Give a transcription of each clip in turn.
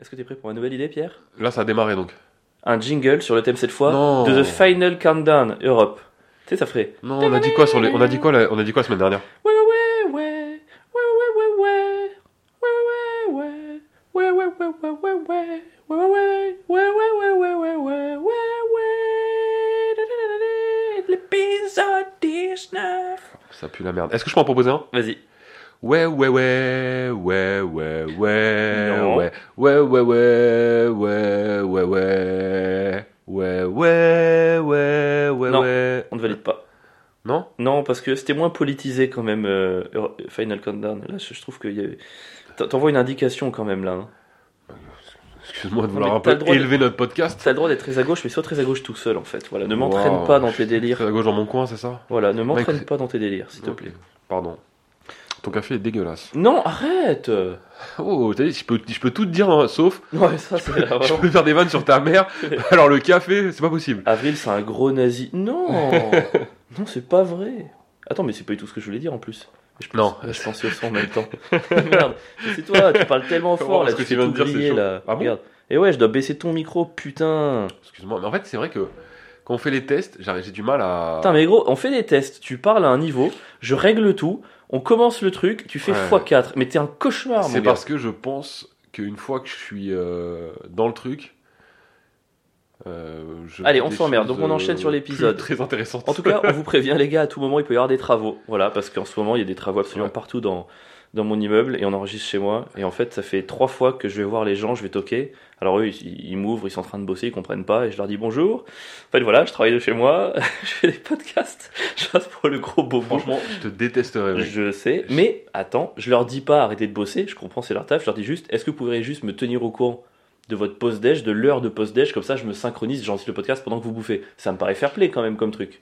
Est-ce que tu es prêt pour une nouvelle idée, Pierre Là, ça a démarré donc. Un jingle sur le thème cette fois Non. de The Final Countdown Europe. Tu sais, ça ferait. Non, on a dit quoi sur les... On a dit quoi la... On a dit quoi la semaine dernière Ouais, ouais, ouais, ouais, ouais, ouais, ouais, ouais, ouais, ouais, ouais, ouais, ouais, ouais, ouais, ouais, ouais, ouais, ouais, ouais, ouais, ouais, ouais, ouais, ouais, ouais, da, da, da, da, l'épisode 19. Ça pue la merde. Est-ce que je peux en proposer un Vas-y. Ouais, ouais, ouais, ouais, ouais, ouais, Non. ouais, ouais, ouais, ouais, ouais, ouais, ouais, ouais, ouais, ouais, ouais, Non. ouais. On ne valide pas. Non Non, parce que c'était moins politisé quand même, euh, Euro- Final Countdown. Là, je je trouve qu'il y a... T'en- T'envoies une indication quand même, là. hein. Excuse-moi de Non, vouloir mais un t'as peu le droit de- élever notre podcast. T'as le droit d'être très à gauche, mais sois très à gauche tout seul, en fait. Voilà, ne m'entraîne Wow. pas dans tes délires. Très à gauche dans mon coin, c'est ça Voilà, ne c'est- m'entraîne pas dans tes délires, s'il te Ok. plaît. Pardon. Ton café est dégueulasse. Non, arrête Oh, t'as dit, je peux, je peux tout te dire, hein, sauf Ouais, ça, c'est je vraiment... peux faire des vannes sur ta mère. Alors le café, c'est pas possible. Avril, c'est un gros nazi. Non Non, c'est pas vrai. Attends, mais c'est pas du tout ce que je voulais dire, en plus. Je pense- Non. Je pensais au son en même temps. Merde, c'est toi, tu parles tellement Comment fort, là, ce que tu tu fais viens tout de dire, c'est griller, chaud. là. Ah bon Ah. Regarde. Et ouais, je dois baisser ton micro, putain Excuse-moi, mais en fait, c'est vrai que quand on fait les tests, j'arrive- j'ai du mal à. Putain, mais gros, on fait des tests, tu parles à un niveau, je règle tout, on commence le truc, tu fais Ouais. x4, mais t'es un cauchemar, Ah, mon C'est gars. parce que je pense qu'une fois que je suis euh, dans le truc. euh, je Allez, fais on des s'emmerde, choses, donc on enchaîne sur euh, l'épisode. plus Très intéressant. En tout cas, on vous prévient, les gars, à tout moment, il peut y avoir des travaux. Voilà, parce qu'en ce moment, il y a des travaux absolument Ouais. partout dans, dans mon immeuble et on enregistre chez moi. Et en fait, ça fait trois fois que je vais voir les gens, je vais toquer. Alors eux, ils, ils m'ouvrent, ils sont en train de bosser, ils comprennent pas et je leur dis bonjour. En fait, voilà, je travaille de chez moi, je fais des podcasts, je passe pour le gros beau franchement, je te détesterais. mec. Je le sais, mais attends, je leur dis pas arrêtez de bosser, je comprends, c'est leur taf, je leur dis juste, est-ce que vous pourriez juste me tenir au courant de votre pause déj, de l'heure de pause déj, comme ça je me synchronise, j'enregistre le podcast pendant que vous bouffez. Ça me paraît fair play quand même comme truc.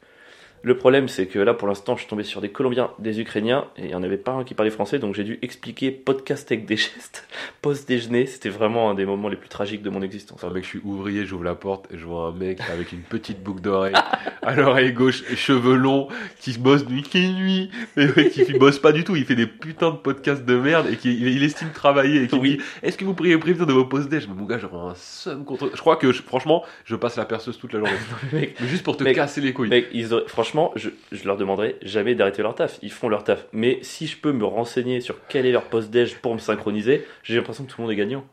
Le problème, c'est que là, pour l'instant, je suis tombé sur des Colombiens, des Ukrainiens, et il n'y en avait pas un qui parlait français, donc j'ai dû expliquer podcast avec des gestes, pause déjeuner, c'était vraiment un des moments les plus tragiques de mon existence. Attends, mec, je suis ouvrier, j'ouvre la porte et je vois un mec avec une petite boucle d'oreille à l'oreille gauche, cheveux longs, qui bosse nuit et nuit, mais mec, qui bosse pas du tout, il fait des putains de podcasts de merde et qui il, il estime travailler et qui Oui. dit Est-ce que vous pourriez me prévenir de vos pauses déj Mais mon gars, j'aurais un seum contre. Je crois que je- franchement, je passe la perceuse toute la journée. mec. mais juste pour te Mec, casser les couilles. Mec, ils auraient- franchement, je, je leur demanderai jamais d'arrêter leur taf. Ils font leur taf. Mais si je peux me renseigner sur quel est leur post-déj pour me synchroniser, j'ai l'impression que tout le monde est gagnant.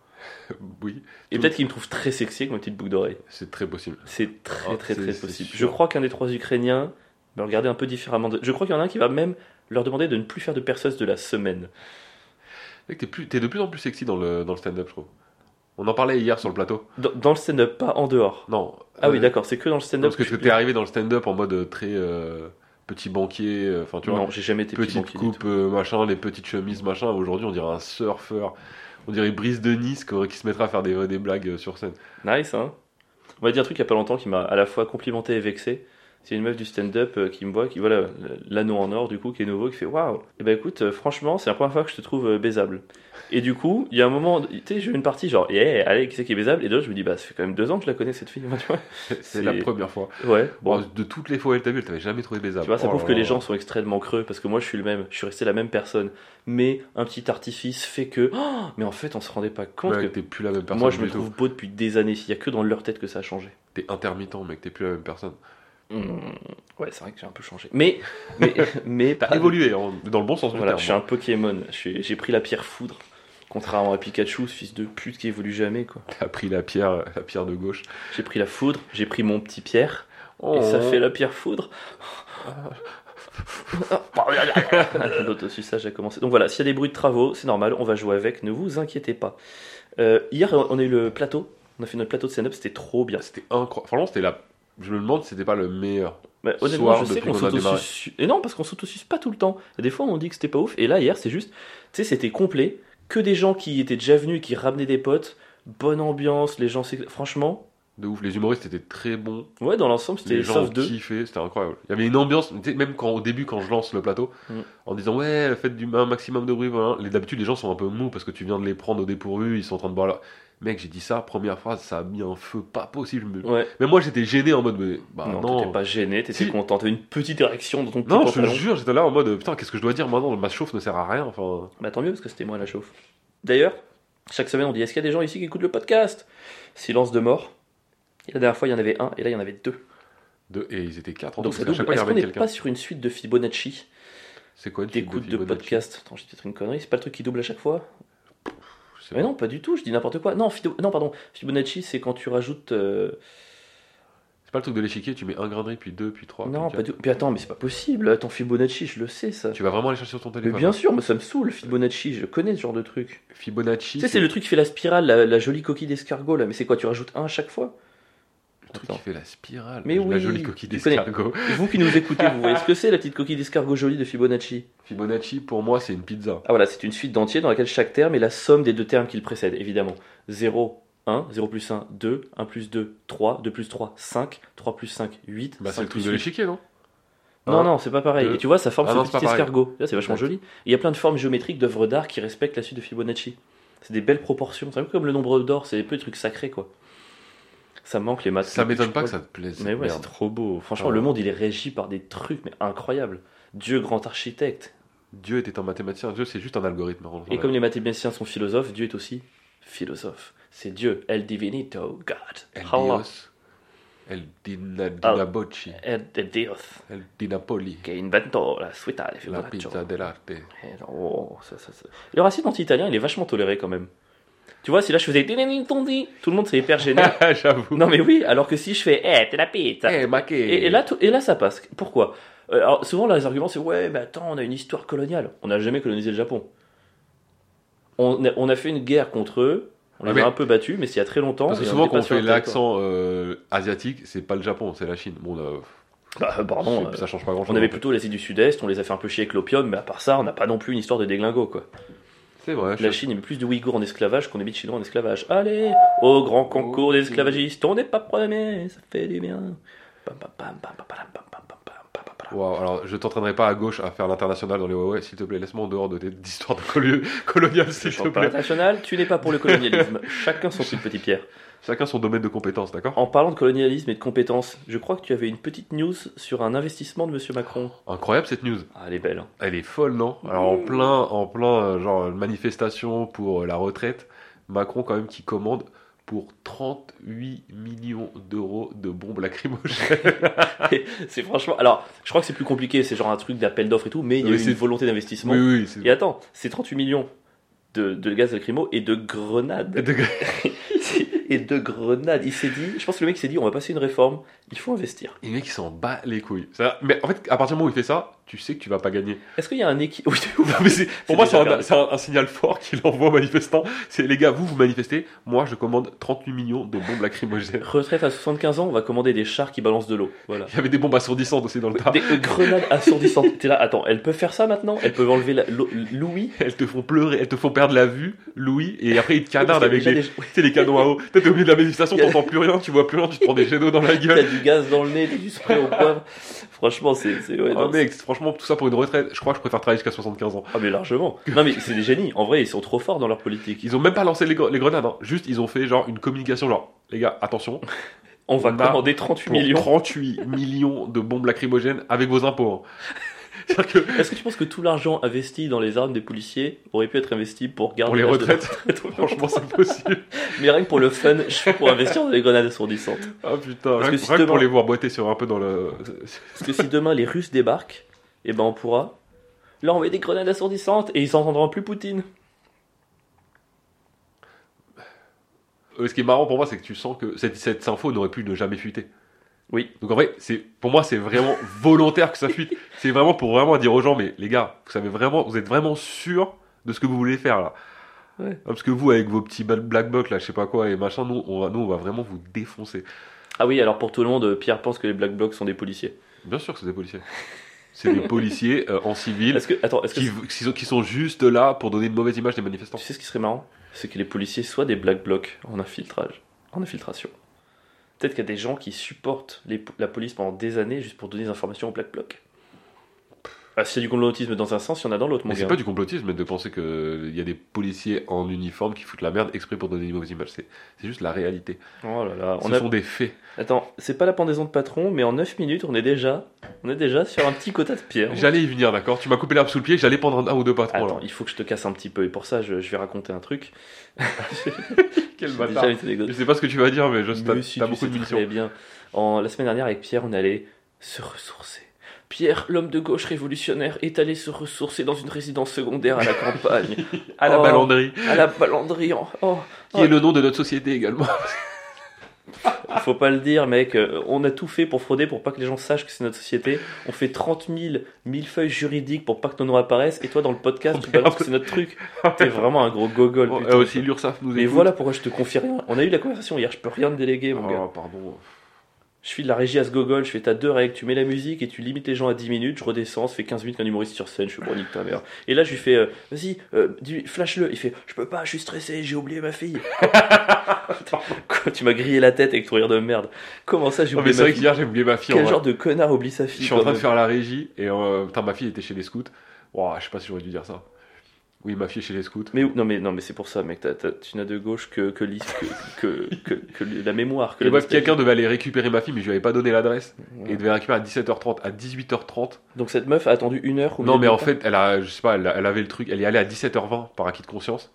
Oui, Et Tout- peut-être qu'ils me trouvent très sexy avec ma petite boucle d'oreille. c'est très possible. C'est très, Ah, très, c'est- très c'est possible. sûr. Je crois qu'un des trois Ukrainiens me regardait un peu différemment. de- Je crois qu'il y en a un qui va même leur demander de ne plus faire de perceuse de la semaine. Mec, t'es plus- t'es de plus en plus sexy dans le, dans le stand-up, je trouve. On en parlait hier sur le plateau. Dans, dans le stand-up, pas en dehors. Non. Ah oui, euh, d'accord, c'est que dans le Non, stand-up. parce que je- t'es arrivé dans le stand-up en mode euh, très euh, petit banquier, euh, enfin tu vois, Non, j'ai jamais été petit petite banquier du tout. coupe, euh, machin, les petites chemises, machin. Aujourd'hui, on dirait un surfeur. On dirait Brise de Nice qui, aurait- qui se mettra à faire des, des blagues euh, sur scène. Nice, hein On m'a dit un truc il y a pas longtemps qui m'a à la fois complimenté et vexé. C'est une meuf du stand-up euh, qui me voit, qui voit la- l'anneau en or, du coup, qui est nouveau, qui fait Waouh Et ben écoute, euh, franchement, c'est la première fois que je te trouve euh, baisable. Et du coup, il y a un moment, tu sais, j'ai eu une partie genre, yeah, allez, qui c'est qui est baisable Et d'autres, je me dis, bah, ça fait quand même deux ans que je la connais, cette fille, moi, tu vois. C'est la première fois. Ouais, bon. Bon, de toutes les fois où elle t'a vu, elle t'avait jamais trouvé baisable. Tu vois, ça Oh prouve là que là les là. gens sont extrêmement creux parce que moi je suis le même, je suis resté la même personne. Mais un petit artifice fait que. Oh, mais en fait, on se rendait pas compte Mec, que Bah, t'es plus la même personne. moi je du me tout. trouve beau depuis des années. Il y a que dans leur tête que ça a changé. T'es intermittent, mec, t'es plus la même personne. Hmm, Ouais, c'est vrai que j'ai un peu changé. Mais, mais, mais T'as pas de- évolué, en- dans le bon sens Ah, Voilà, du je suis terme. hein. un Pokémon. Je suis- J'ai pris la pierre foudre, contrairement à Pikachu, ce fils de pute qui évolue jamais quoi. T'as pris la pierre, la pierre de gauche. J'ai pris la foudre, j'ai pris mon petit pierre et ça Oh. fait la pierre foudre. Ah, L'autosuçage a commencé. Donc voilà, s'il y a des bruits de travaux, c'est normal, on va jouer avec, ne vous inquiétez pas. Euh, hier, on a eu le plateau, on a fait notre plateau de stand-up, c'était trop bien. ah, C'était incroyable. Franchement, c'était la. Je me demande si c'était pas le meilleur. Bah, honnêtement, soir je sais depuis qu'on qu'on a démarré. s'autosuce. Et non, parce qu'on s'autosuce pas tout le temps. Des fois, on dit que c'était pas ouf. Et là, hier, c'est juste, tu sais, c'était complet. Que des gens qui étaient déjà venus, qui ramenaient des potes. Bonne ambiance, les gens. s'écla- Franchement, De ouf, les humoristes étaient très bons. ouais, dans l'ensemble, Les c'était gens sauf ont deux. kiffé, c'était incroyable. Il y avait une ambiance, tu sais, même quand, au début quand je lance le plateau, Mm. en disant ouais, faites du, un maximum de bruit. Voilà. Les- D'habitude, les gens sont un peu mous parce que tu viens de les prendre au dépourvu, ils sont en train de boire. leur- Mec, j'ai dit ça, première phrase, ça a mis un feu pas possible. Mais- Ouais. Mais moi, j'étais gêné en mode, mais, bah non. non, t'étais pas gêné, t'étais Si. content. T'avais une petite érection dans ton petit Non, je te pantalon. jure, j'étais là en mode putain, qu'est-ce que je dois dire maintenant Ma chauffe ne sert à rien. Enfin, Bah, tant mieux, parce que c'était moi la chauffe. D'ailleurs, Chaque semaine, on dit est-ce qu'il y a des gens ici qui écoutent le podcast Silence de mort. Et la dernière fois, il y en avait un, et là, il y en avait deux. Deux, et ils étaient quatre en Donc tout, ça double. parce qu'à chaque fois, il y Est-ce qu'on avait n'est quelqu'un. pas sur une suite de Fibonacci C'est quoi une suite D'écoute de Fibonacci podcast Attends, j'ai peut-être une connerie, c'est pas le truc qui double à chaque fois Je sais Mais pas. non, pas du tout, je dis n'importe quoi. Non, Fido- non pardon, Fibonacci, c'est quand tu rajoutes. euh, C'est pas le truc de l'échiquier, tu mets un grain de riz, puis deux, puis trois. non, puis pas quatre. du Puis attends, mais c'est pas possible, attends, Fibonacci, je le sais ça. Tu vas vraiment aller chercher sur ton Mais téléphone. bien sûr, mais ça me saoule, Fibonacci, je connais ce genre de truc. hein. Fibonacci. Tu sais, c'est le truc qui fait la spirale, la, la jolie coquille d'escargot là, mais c'est quoi Tu rajoutes un à chaque fois le truc Attends. qui fait la spirale. Mais La oui, jolie coquille tu connais. d'escargot. Vous qui nous écoutez, vous voyez ce que c'est la petite coquille d'escargot jolie de Fibonacci Fibonacci, pour moi, c'est une pizza. Ah voilà, c'est une suite d'entiers dans laquelle chaque terme est la somme des deux termes qui le précèdent, évidemment. 0, 1, 0 plus 1, 2, 1 plus 2, 3, 2 plus 3, 5, 3 plus 5, 8, Bah, c'est 5 le truc plus de 8. l'échiquier, non Non, Hein non, c'est pas pareil. Deux. Et tu vois, ça forme Ah ce non, c'est petit pas pareil. escargot. Là, c'est vachement Exact. joli. Et il y a plein de formes géométriques d'œuvres d'art qui respectent la suite de Fibonacci. C'est des belles proportions. C'est un peu comme le nombre d'or, c'est des peu des trucs sacrés, quoi. Ça manque les maths. Ça m'étonne pas que ça ça te plaise. mais cette ouais, c'est merde. trop beau. Franchement, Ah ouais. le monde, il est régi par des trucs mais incroyables. Dieu, grand architecte. Dieu était un mathématicien. Dieu, c'est juste un algorithme. Roland. Et comme les mathématiciens sont philosophes, Dieu est aussi philosophe. C'est Dieu, El Divinito, God, El Allah, Dios. El Dina- Ah. Dinabocci. El de Dios, El Dinapoli. che inventò la suite de La Fibonacci. pizza dell'arte. Eh non, oh, ça, ça, ça. Le racisme anti-italien, il est vachellement toléré quand même. Tu vois, si là je faisais Dinanitondi, tout le monde c'est hyper gêné. J'avoue. non mais oui, alors que si je fais Eh, t'es la pizza. Eh, maquet. Et, et là, tout- et là, ça passe. Pourquoi Euh, alors, Souvent, là, les arguments, c'est ouais, mais attends, on a une histoire coloniale. On n'a jamais colonisé le Japon. On a, on a fait une guerre contre eux. On les a Ouais, Ah, mais- un peu battus, mais c'est il y a très longtemps. Parce que et on souvent, était pas quand on sur fait leur territoire. l'accent euh, asiatique, c'est pas le Japon, c'est la Chine. Bon, là, Bah, euh, pardon. c'est- euh, ça change pas grand chose. on avait plutôt les îles du Sud-Est, on les a fait un peu chier avec l'opium, mais à part ça, on n'a pas non plus une histoire de déglingo, quoi. C'est vrai. je La sais- Chine est plus de Ouïghours en esclavage qu'on est de Chinois en esclavage. Allez, au grand Oh, concours des esclavagistes, on n'est pas premier, ça fait du bien. Pam, pam, pam, pam, pam, pam, pam, pam, pam, pam, pam, pam, pam. Waouh, alors je t'entraînerai pas à gauche à faire l'international dans les Huawei, s'il te plaît, laisse-moi en dehors de tes histoires de colo- coloniales, s'il te Sur le plan plaît. international, tu n'es pas pour le colonialisme. Chacun son petit petit pierre. Chacun son domaine de compétence, d'accord En parlant de colonialisme et de compétences, je crois que tu avais une petite news sur un investissement de Monsieur Macron. Incroyable cette news. Ah, elle est belle. hein. Elle est folle, non Alors en plein, en plein euh, genre manifestation pour euh, la retraite, Macron quand même qui commande pour 38 millions d'euros de bombes lacrymogènes. C'est franchement. Alors, je crois que c'est plus compliqué, c'est genre un truc d'appel d'offres et tout, mais il y a Oui, eu c'est- une volonté d'investissement. oui, oui, c'est Et attends, c'est 38 millions de, de gaz lacrymo et de grenades. et de grenades. Il s'est dit, je pense que le mec s'est dit, on va passer une réforme, il faut investir. Et le mec il s'en bat les couilles. Ça- mais en fait, à partir du moment où il fait ça, tu sais que tu vas pas gagner. Est-ce qu'il y a un équipe Non, mais c'est- pour C'est moi, c'est déjà un, perdu. c'est un- un signal fort qu'il envoie aux manifestants. C'est les gars, vous, vous manifestez. Moi, je commande 38 millions de bombes lacrymogènes. Retraite à 75 ans, on va commander des chars qui balancent de l'eau. Voilà. Il y avait des bombes assourdissantes aussi dans le tas. Des euh, grenades assourdissantes. T'es là, attends, elles peuvent faire ça maintenant Elles peuvent enlever la- l'eau- l'ouïe Elles te font pleurer, elles te font perdre la vue, Louis, et après ils te canardent avec Déjà des, des- tu sais, les canons à eau. Toi, T'es au milieu de la manifestation, t'entends plus rien, tu vois plus rien, tu te prends des jets d'eau dans la T'as gueule. du gaz dans le nez, t'as du spray au poivre. Franchement, c'est. c'est- ouais, Oh non, mec, franchement, tout ça pour une retraite, je crois que je préfère travailler jusqu'à 75 ans. c'est- Ah, mais largement. Non, mais c'est des génies. En vrai, ils sont trop forts dans leur politique. Ils ont même pas lancé les, gre- les grenades, hein. juste ils ont fait genre une communication, genre, les gars, attention, On va On a commander 38 pour millions. 38 millions de bombes lacrymogènes avec vos impôts. hein. C'est-à-dire que Est-ce que tu penses que tout l'argent investi dans les armes des policiers aurait pu être investi pour garder pour les l'âge de la retraites, franchement, c'est possible. Mais rien que pour le fun, je suis pour investir dans les grenades assourdissantes. Ah putain, Parce rien que que, si rien que demain- pour les voir boiter sur un peu dans le. Parce que si demain les Russes débarquent, eh ben on pourra leur envoyer des grenades assourdissantes et ils s'entendront plus Poutine. Euh, Ce qui est marrant pour moi, c'est que tu sens que cette, cette info n'aurait pu ne jamais fuiter. Oui. Donc en vrai, c'est pour moi, c'est vraiment volontaire que ça fuite. C'est vraiment pour vraiment dire aux gens, mais les gars, vous savez vraiment, vous êtes vraiment sûr de ce que vous voulez faire là. Ouais. Ah, Parce que vous, avec vos petits bal- black box là, je sais pas quoi et machin, nous, on va, nous, on va vraiment vous défoncer. Ah oui, alors pour tout le monde, Pierre pense que les Black Blocs sont des policiers. Bien sûr que c'est des policiers. C'est des policiers euh, en civil Est-ce que attends, est-ce que qui, qui sont- qui sont juste là pour donner une mauvaise image des manifestants. tu sais ce qui serait marrant, c'est que les policiers soient des Black Blocs en infiltrage, en infiltration. Peut-être qu'il y a des gens qui supportent les- la police pendant des années juste pour donner des informations aux Black Blocs. Ah, s'il y a du complotisme dans un sens, il y en a dans l'autre, mon Mais c'est gars. pas du complotisme mais de penser qu'il y a des policiers en uniforme qui foutent la merde exprès pour donner des mauvaises images. C'est c'est juste la réalité. Oh là là, on Ce a- sont des faits. Attends, c'est pas la pendaison de patron, mais en 9 minutes, on est déjà, on est déjà sur un petit quota de pierre. J'allais y venir, d'accord Tu m'as coupé l'herbe sous le pied, j'allais prendre un ou deux patrons. Attends, alors. il faut que je te casse un petit peu, et pour ça, je, je vais raconter un truc. J'ai Quel bâtard. déjà une anecdote. Je sais pas ce que tu vas dire, mais je Mais t'as si, t'as tu beaucoup sais de très munitions. Oh, bien. En, la semaine dernière, avec Pierre, on allait se ressourcer. Pierre, l'homme de gauche révolutionnaire, est allé se ressourcer dans une résidence secondaire à la campagne, À la Oh. balanderie, à la Balandrie. en- Oh, qui est le nom de notre société également. Faut pas le dire, mec. euh, On a tout fait pour frauder, pour pas que les gens sachent que c'est notre société. On fait 30 000 mille feuilles juridiques pour pas que nos noms apparaissent. Et toi, dans le podcast, tu balances que c'est notre truc. T'es vraiment un gros gogol. Bon, putain. euh, aussi, l'URSAF nous Mais écoute. voilà pourquoi je te confie rien. On a eu la conversation hier. Je peux rien te déléguer, mon gars. Oh, pardon. Je file la régie à ce gogol. Je fais ta deux règles. Tu mets la musique et tu limites les gens à 10 minutes. Je redescends. Ça fait 15 minutes qu'un humoriste sur scène. Je fais bon, nique ta mère. Et là, je lui fais euh, vas-y, euh, dis- flash-le. Il fait je peux pas, je suis stressé, j'ai oublié ma fille. Quoi, tu m'as grillé la tête avec ton rire de merde. Comment ça, j'ai Non, mais oublié c'est ma vrai fille qu'hier, j'ai oublié ma fille. en Quel vrai. genre de connard oublie sa Je fille suis en train de faire la régie et euh, putain, ma fille était chez les scouts. Ouah, je sais pas si j'aurais dû dire ça. Oui, ma fille est chez les scouts. Mais où- non mais non mais c'est pour ça mec, t'as- t'as- tu n'as de gauche que que, l'is- que, que, que- que la mémoire. Que Et la bref, nostalgie. quelqu'un devait aller récupérer ma fille, mais je lui avais pas donné l'adresse. Ouais. Et il devait la récupérer à 17h30. À 18h30. Donc cette meuf a attendu une heure. au Non, milieu mais du en parc. fait, elle a, je sais pas, elle, a- elle avait le truc. Elle est allée à 17h20 par acquis de conscience.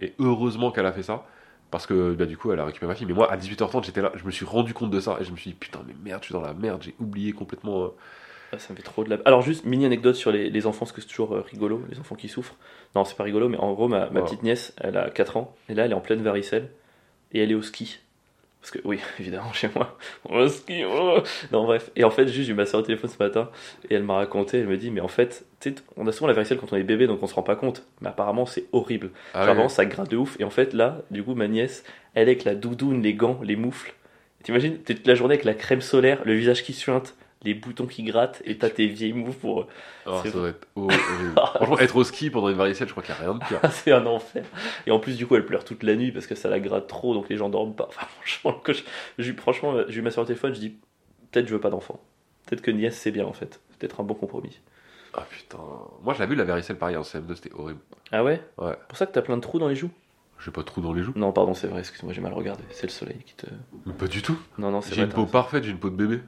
Et heureusement qu'elle a fait ça. Parce que bah, du coup, elle a récupéré ma fille. Mais moi, à 18h30, j'étais là. Je me suis rendu compte de ça. Et je me suis dit, putain, mais merde, je suis dans la merde. J'ai oublié complètement. euh. Ah, ça me fait trop de la. Alors juste mini anecdote sur les, les enfants parce que c'est toujours euh, rigolo, les enfants qui souffrent. Non c'est pas rigolo, mais en gros ma, ma Ouais. petite nièce, elle a 4 ans et là elle est en pleine varicelle et elle est au ski. Parce que oui, évidemment, chez moi, on va au ski. oh. Non, bref. Et en fait, juste, j'ai eu ma soeur au téléphone ce matin et elle m'a raconté, elle me dit, mais en fait, tu sais, on a souvent la varicelle quand on est bébé, donc on se rend pas compte. Mais apparemment, c'est horrible. Ah Genre ouais. vraiment, ça gratte de ouf. Et en fait, là, du coup, ma nièce, elle est avec la doudoune, les gants, les moufles. T'imagines, t'es toute la journée avec la crème solaire, le visage qui suinte, les boutons qui grattent, et t'as tes vieilles moufles pour. Alors, c'est Ah ça doit être horrible. Franchement, être au ski pendant une varicelle, je crois qu'il n'y a rien de pire. Ah, c'est un enfer. Et en plus, du coup, elle pleure toute la nuit parce que ça la gratte trop, donc les gens dorment pas. Enfin, franchement, que je- j'ai eu- franchement, j'ai eu ma soeur au téléphone, je dis, peut-être je veux pas d'enfant. Peut-être que nièce, c'est bien en fait. C'est Peut-être un bon compromis. Ah putain. Moi, je l'ai vu la varicelle pareil en CM2, c'était horrible. Ah ouais Ouais. Pour ça que t'as plein de trous dans les joues J'ai pas de trou dans les joues. Non, pardon, c'est vrai, excuse-moi, j'ai mal regardé. C'est le soleil qui te. Mais pas du tout. Non, non, c'est J'ai vrai. une t'as peau parfaite, j'ai une peau de bébé.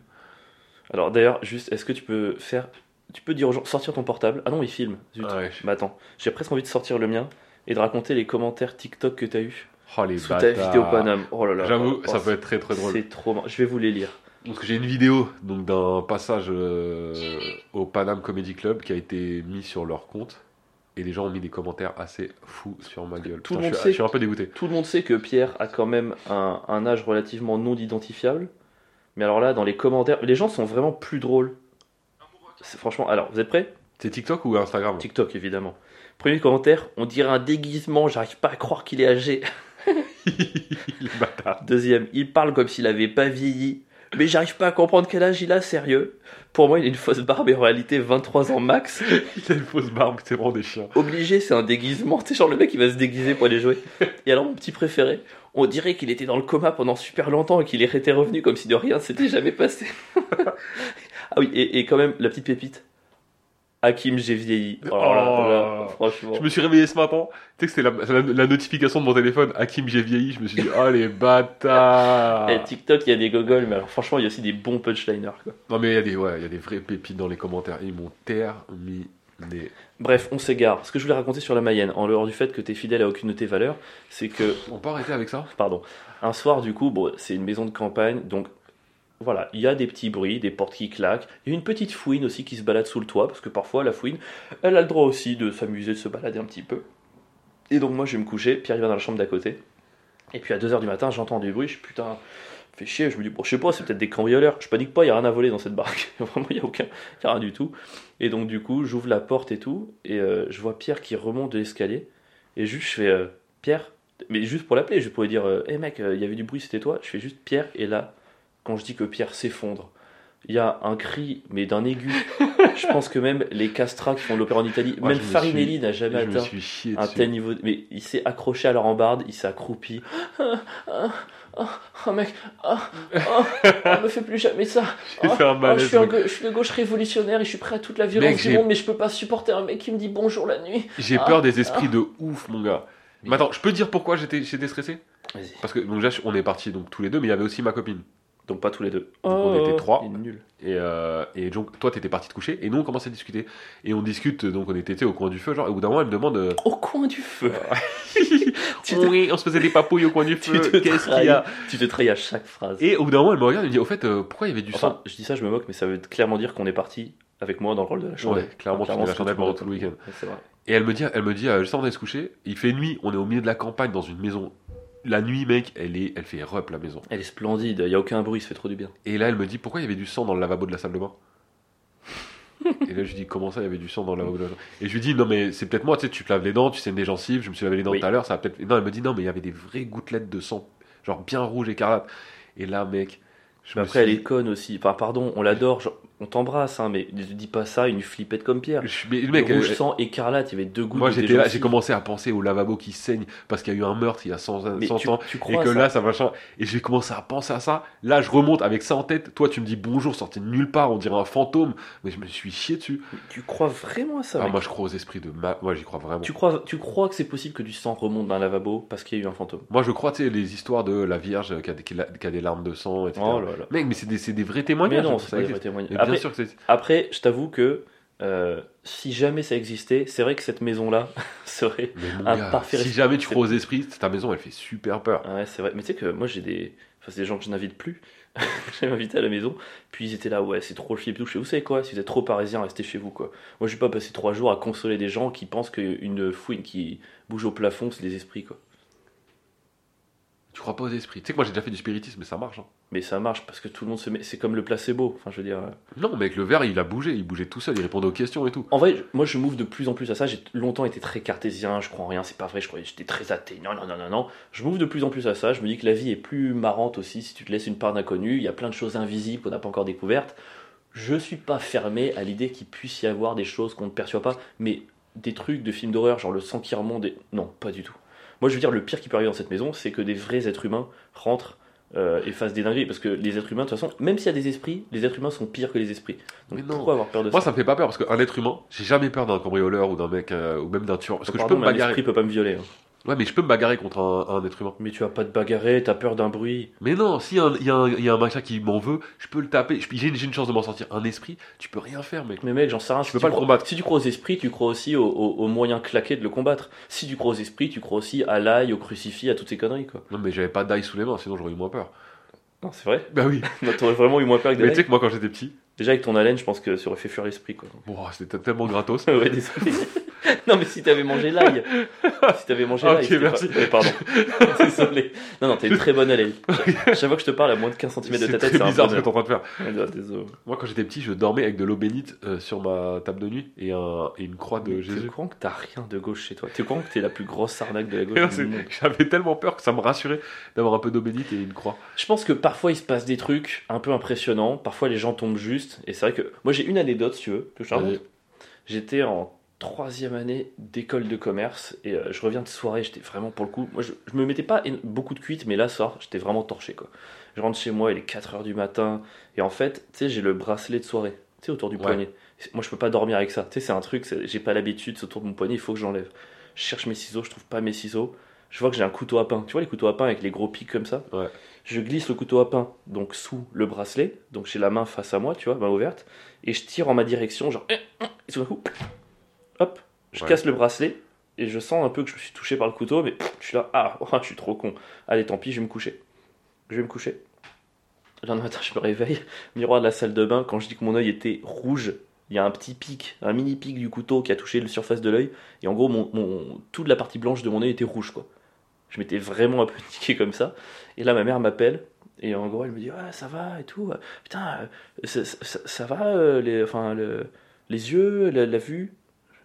Alors d'ailleurs, juste, est-ce que tu peux faire. Tu peux dire aux gens, sortir ton portable. Ah non, il filme. Zut. Ah ouais. Bah attends, j'ai presque envie de sortir le mien et de raconter les commentaires TikTok que t'as eu Oh les sous ta bâtards. vidéo Paname. Oh là là. J'avoue, Oh, ça oh, peut être très très drôle. C'est trop marrant. Je vais vous les lire. Parce que j'ai une vidéo donc d'un passage euh, au Paname Comedy Club qui a été mis sur leur compte. Et les gens ont mis des commentaires assez fous sur ma gueule. tout le Putain, monde je, suis, sait je suis un peu dégoûté. Tout le monde sait que Pierre a quand même un, un âge relativement non identifiable. Mais alors là, dans les commentaires, les gens sont vraiment plus drôles. C'est- Franchement, alors, vous êtes prêts C'est TikTok ou Instagram TikTok, évidemment. Premier commentaire, on dirait un déguisement, j'arrive pas à croire qu'il est âgé. Les bâtards. Deuxième, il parle comme s'il avait pas vieilli. Mais j'arrive pas à comprendre quel âge il a, sérieux. Pour moi, il a une fausse barbe et en réalité 23 ans max. Il a une fausse barbe, c'est vraiment des chiens. Obligé, c'est un déguisement. C'est genre le mec, il va se déguiser pour aller jouer. Et alors, mon petit préféré, on dirait qu'il était dans le coma pendant super longtemps et qu'il était revenu comme si de rien ne s'était jamais passé. ah oui, et, et quand même, la petite pépite. Hakim, j'ai vieilli. Oh là là, Oh. là, franchement. Je me suis réveillé ce matin, tu sais que c'était la, la- la notification de mon téléphone, Hakim j'ai vieilli, je me suis dit, oh les bâtards Eh, TikTok, il y a des gogoles, mais alors franchement, il y a aussi des bons punchliners. Quoi. Non mais il y, a des- ouais, il y a des vrais pépites dans les commentaires, ils m'ont terminé. Bref, on s'égare. Ce que je voulais raconter sur la Mayenne, en dehors du fait que t'es fidèle à aucune de tes valeurs, c'est que, On peut arrêter avec ça pardon, un soir du coup, bon, c'est une maison de campagne, donc voilà, il y a des petits bruits, des portes qui claquent, il y a une petite fouine aussi qui se balade sous le toit, parce que parfois la fouine, elle a le droit aussi de s'amuser, de se balader un petit peu. Et donc moi je vais me coucher, Pierre il va dans la chambre d'à côté, et puis à 2h du matin j'entends du bruit, je suis putain, fait chier, je me dis, bon je sais pas, c'est peut-être des cambrioleurs, je panique pas, il y a rien à voler dans cette barque, vraiment il y a aucun, il y a rien du tout. Et donc, du coup, j'ouvre la porte et tout, et euh, je vois Pierre qui remonte de l'escalier. Et juste, je fais euh, Pierre, mais juste pour l'appeler, je pourrais euh, dire Hé mec, euh, il y avait du bruit, c'était toi. Je fais juste Pierre, et là, quand je dis que Pierre s'effondre, il y a un cri, mais d'un aigu. je pense que même les castrats qui font de l'opéra en Italie, Ouais, même je me Farinelli suis- n'a jamais Je me atteint suis chié un dessus. tel niveau. de- Mais il s'est accroché à la rambarde, il s'est accroupi. Ah, ah, ah, ah, mec, ah, ah, ah, on me fait plus jamais ça. J'ai fait un Ah, je, malaise. suis un mec. gau- je suis de gauche révolutionnaire et je suis prêt à toute la violence Bah, Mec, du j'ai- monde, mais je peux pas supporter un mec qui me dit bonjour la nuit. J'ai Ah, peur des esprits de ouf, mon gars. Mais- Mais attends, je peux dire pourquoi j'étais j'étais stressé Vas-y. Parce que donc déjà on est partis donc tous les deux, mais il y avait aussi ma copine. Donc pas tous les deux. Donc, on était trois. Euh, Il est nul. Et, euh, et donc toi t'étais parti te coucher et nous on commençait à discuter et on discute donc on était tu sais, au coin du feu genre et au bout d'un moment elle me demande euh, Au coin du feu. tu, te, oui on se faisait des papouilles au coin du Tu feu te qu'est-ce qu'il y a tu te trahis à chaque phrase. et au bout d'un moment elle me regarde et me dit au fait euh, pourquoi il y avait du Enfin, je dis ça, je me moque, mais ça veut clairement dire qu'on est parti avec moi dans le rôle de la sang chandelle. ouais clairement tu mets la ce que chandelle tu me pendant tout le week-end Ouais, C'est vrai. et elle me dit elle me dit euh, juste avant d'aller se coucher il fait nuit on est au milieu de la campagne dans une maison la nuit mec elle est elle fait rep la maison Elle est splendide, il n'y a aucun bruit, ça fait trop du bien. et là elle me dit pourquoi il y avait du sang dans le lavabo de la salle de bain et là je lui dis comment ça il y avait du sang dans le lavabo de la salle de bain et je lui dis non mais c'est peut-être moi tu sais tu te laves les dents tu saignes des gencives je me suis lavé les dents Oui. tout à l'heure ça va peut-être non elle me dit non mais il y avait des vraies gouttelettes de sang genre bien rouge écarlate et là mec je Mais me après, elle suis- est conne aussi. Enfin, pardon, on l'adore, genre, on t'embrasse, hein, mais ne te dis pas ça, une flippette comme Pierre. je suis- mais Le mec elle- rouge sang écarlate, il y avait deux gouttes. moi de tes j'étais là gencives. j'ai commencé à penser au lavabo qui saigne parce qu'il y a eu un meurtre il y a 100, Mais 100 tu, ans tu Et crois que à ça là, ça va changer. Et j'ai commencé à penser à ça. Là, je remonte avec ça en tête. Toi, tu me dis bonjour, sorti de nulle part, on dirait un fantôme. Mais je me suis chié dessus. Mais Tu crois vraiment à ça Ah, mec moi, je crois aux esprits de ma. Moi, j'y crois vraiment. tu, crois, tu crois que c'est possible que du sang remonte d'un lavabo parce qu'il y a eu un fantôme Moi, je crois, tu sais, les histoires de la Vierge qui a, des- qui a- qui a des larmes de sang, etc. Oh là là. Mec, mais c'est des, c'est des vrais Mais témoignages. hein, non, ça c'est pas Ah, des vrais existe. témoignages. Mais bien Après, sûr que c'est. après, je t'avoue que euh, si jamais ça existait, c'est vrai que cette maison-là serait Mais mon Un gars, parfait si respect. jamais tu crois aux esprits, ta maison, elle fait super peur. Ah Ouais, c'est vrai. Mais tu sais que moi, j'ai des... Enfin, c'est des gens que je n'invite plus. J'avais invité à la maison. Puis ils étaient là, ouais, c'est trop chier et tout. Je sais, vous savez quoi Si vous êtes trop parisien, restez chez vous, quoi. Moi, je vais pas passer trois jours à consoler des gens qui pensent qu'une fouine qui bouge au plafond, c'est des esprits, quoi. Tu crois pas aux esprits. Tu sais que moi, j'ai déjà fait du spiritisme, mais ça marche. hein. Mais ça marche parce que tout le monde se met. C'est comme le placebo. Enfin, je veux dire. euh, Non, mec, le verre, il a bougé. Il bougeait tout seul. Il répondait aux questions et tout. En vrai, je- moi, je m'ouvre de plus en plus à ça. J'ai longtemps été très cartésien. Je crois en rien. C'est pas vrai. Je croyais j'étais très athée. Non, non, non, non, non. Je m'ouvre de plus en plus à ça. Je me dis que la vie est plus marrante aussi si tu te laisses une part d'inconnu. Il y a plein de choses invisibles qu'on n'a pas encore découvertes. Je suis pas fermé à l'idée qu'il puisse y avoir des choses qu'on ne perçoit pas, mais des trucs de films d'horreur, genre le sang qui remonte. et- Non, pas du tout. Moi, je veux dire, le pire qui peut arriver dans cette maison, c'est que des vrais êtres humains rentrent. euh, et fassent des dingueries parce que les êtres humains de toute façon même s'il y a des esprits les êtres humains sont pires que les esprits donc Mais non. pourquoi avoir peur de Moi, ça me fait pas peur parce qu'un être humain, j'ai jamais peur d'un cambrioleur ou d'un mec euh, ou même d'un tueur. Parce que Pardon, je peux me mais un bagarrer. esprit peut pas me violer. hein. Ouais, mais je peux me bagarrer contre un, un être humain. Mais tu vas pas te bagarrer, t'as peur d'un bruit. Mais non, si y, a un- y a un- y a un machin qui m'en veut, je peux le taper. Je- J'ai une, j'ai une chance de m'en sortir. Un esprit, tu peux rien faire, mec. Mais mec, j'en sais rien. Si peux pas le crois- combattre. Si tu crois aux esprits, tu crois aussi aux, aux- aux moyens claqués de le combattre. Si tu crois aux esprits, tu crois aussi à l'ail, au crucifix, à toutes ces conneries, quoi. Non, mais j'avais pas d'ail sous les mains, sinon j'aurais eu moins peur. Non, c'est vrai. Bah oui. Moi, T'aurais vraiment eu moins peur avec des mais tu sais lacs. que moi, quand j'étais petit, Déjà, avec ton haleine, je pense que ça aurait fait fuir l'esprit, quoi. wow, c'était tellement gratos. Ouais, désolé. non, mais si t'avais mangé l'ail. si t'avais mangé Ah, l'ail. ok, c'était merci. pas- Ouais, pardon. désolé. Non, non, t'as une très bonne haleine. Chaque fois que je te parle à moins de 15 cm de C'est ta tête, très c'est un bizarre ce que bonheur. t'es en train de faire. Ouais, Désolé. Moi, quand j'étais petit, je dormais avec de l'eau bénite euh, sur ma table de nuit et, un- et une croix de Mais T'es au Jésus. courant que t'as rien de gauche chez toi. T'es au courant que t'es la plus grosse arnaque de la Et là, gauche du c'est- monde. J'avais tellement peur que ça me rassurait d'avoir un peu d'eau bénite et une croix. Je pense que parfois il se passe des trucs un peu impressionnants. Parfois les gens tombent juste. Et c'est vrai que moi j'ai une anecdote, si tu veux, que je te raconte. Vas-y. J'étais en troisième année d'école de commerce et euh, je reviens de soirée. J'étais vraiment pour le coup. Moi je, je me mettais pas éno- beaucoup de cuites, mais là, soir, j'étais vraiment torché quoi. Je rentre chez moi, il est 4h du matin. Et en fait, tu sais, j'ai le bracelet de soirée, tu sais, autour du Ouais. poignet. Moi je peux pas dormir avec ça. Tu sais, c'est un truc, c'est- j'ai pas l'habitude, c'est autour de mon poignet, il faut que j'enlève. Je cherche mes ciseaux, je trouve pas mes ciseaux. Je vois que j'ai un couteau à pain. Tu vois les couteaux à pain avec les gros pics comme ça Ouais. Je glisse le couteau à pain donc sous le bracelet, donc j'ai la main face à moi, tu vois, main ouverte, et je tire en ma direction, genre, eh, et tout d'un coup, hop, je Ouais. casse le bracelet et je sens un peu que je me suis touché par le couteau, mais je suis là, ah, oh, je suis trop con. Allez, tant pis, je vais me coucher. Je vais me coucher. Le lendemain matin, je me réveille, miroir de la salle de bain, quand je dis que mon œil était rouge, il y a un petit pic, un mini pic du couteau qui a touché la surface de l'œil, et en gros, mon, mon- toute la partie blanche de mon œil était rouge, quoi. Je m'étais vraiment un peu niqué comme ça. Et là, ma mère m'appelle, et en gros, elle me dit, ouais, ça va et tout. Putain, euh, ça, ça- ça va, euh, les, enfin, le- les yeux, la, la vue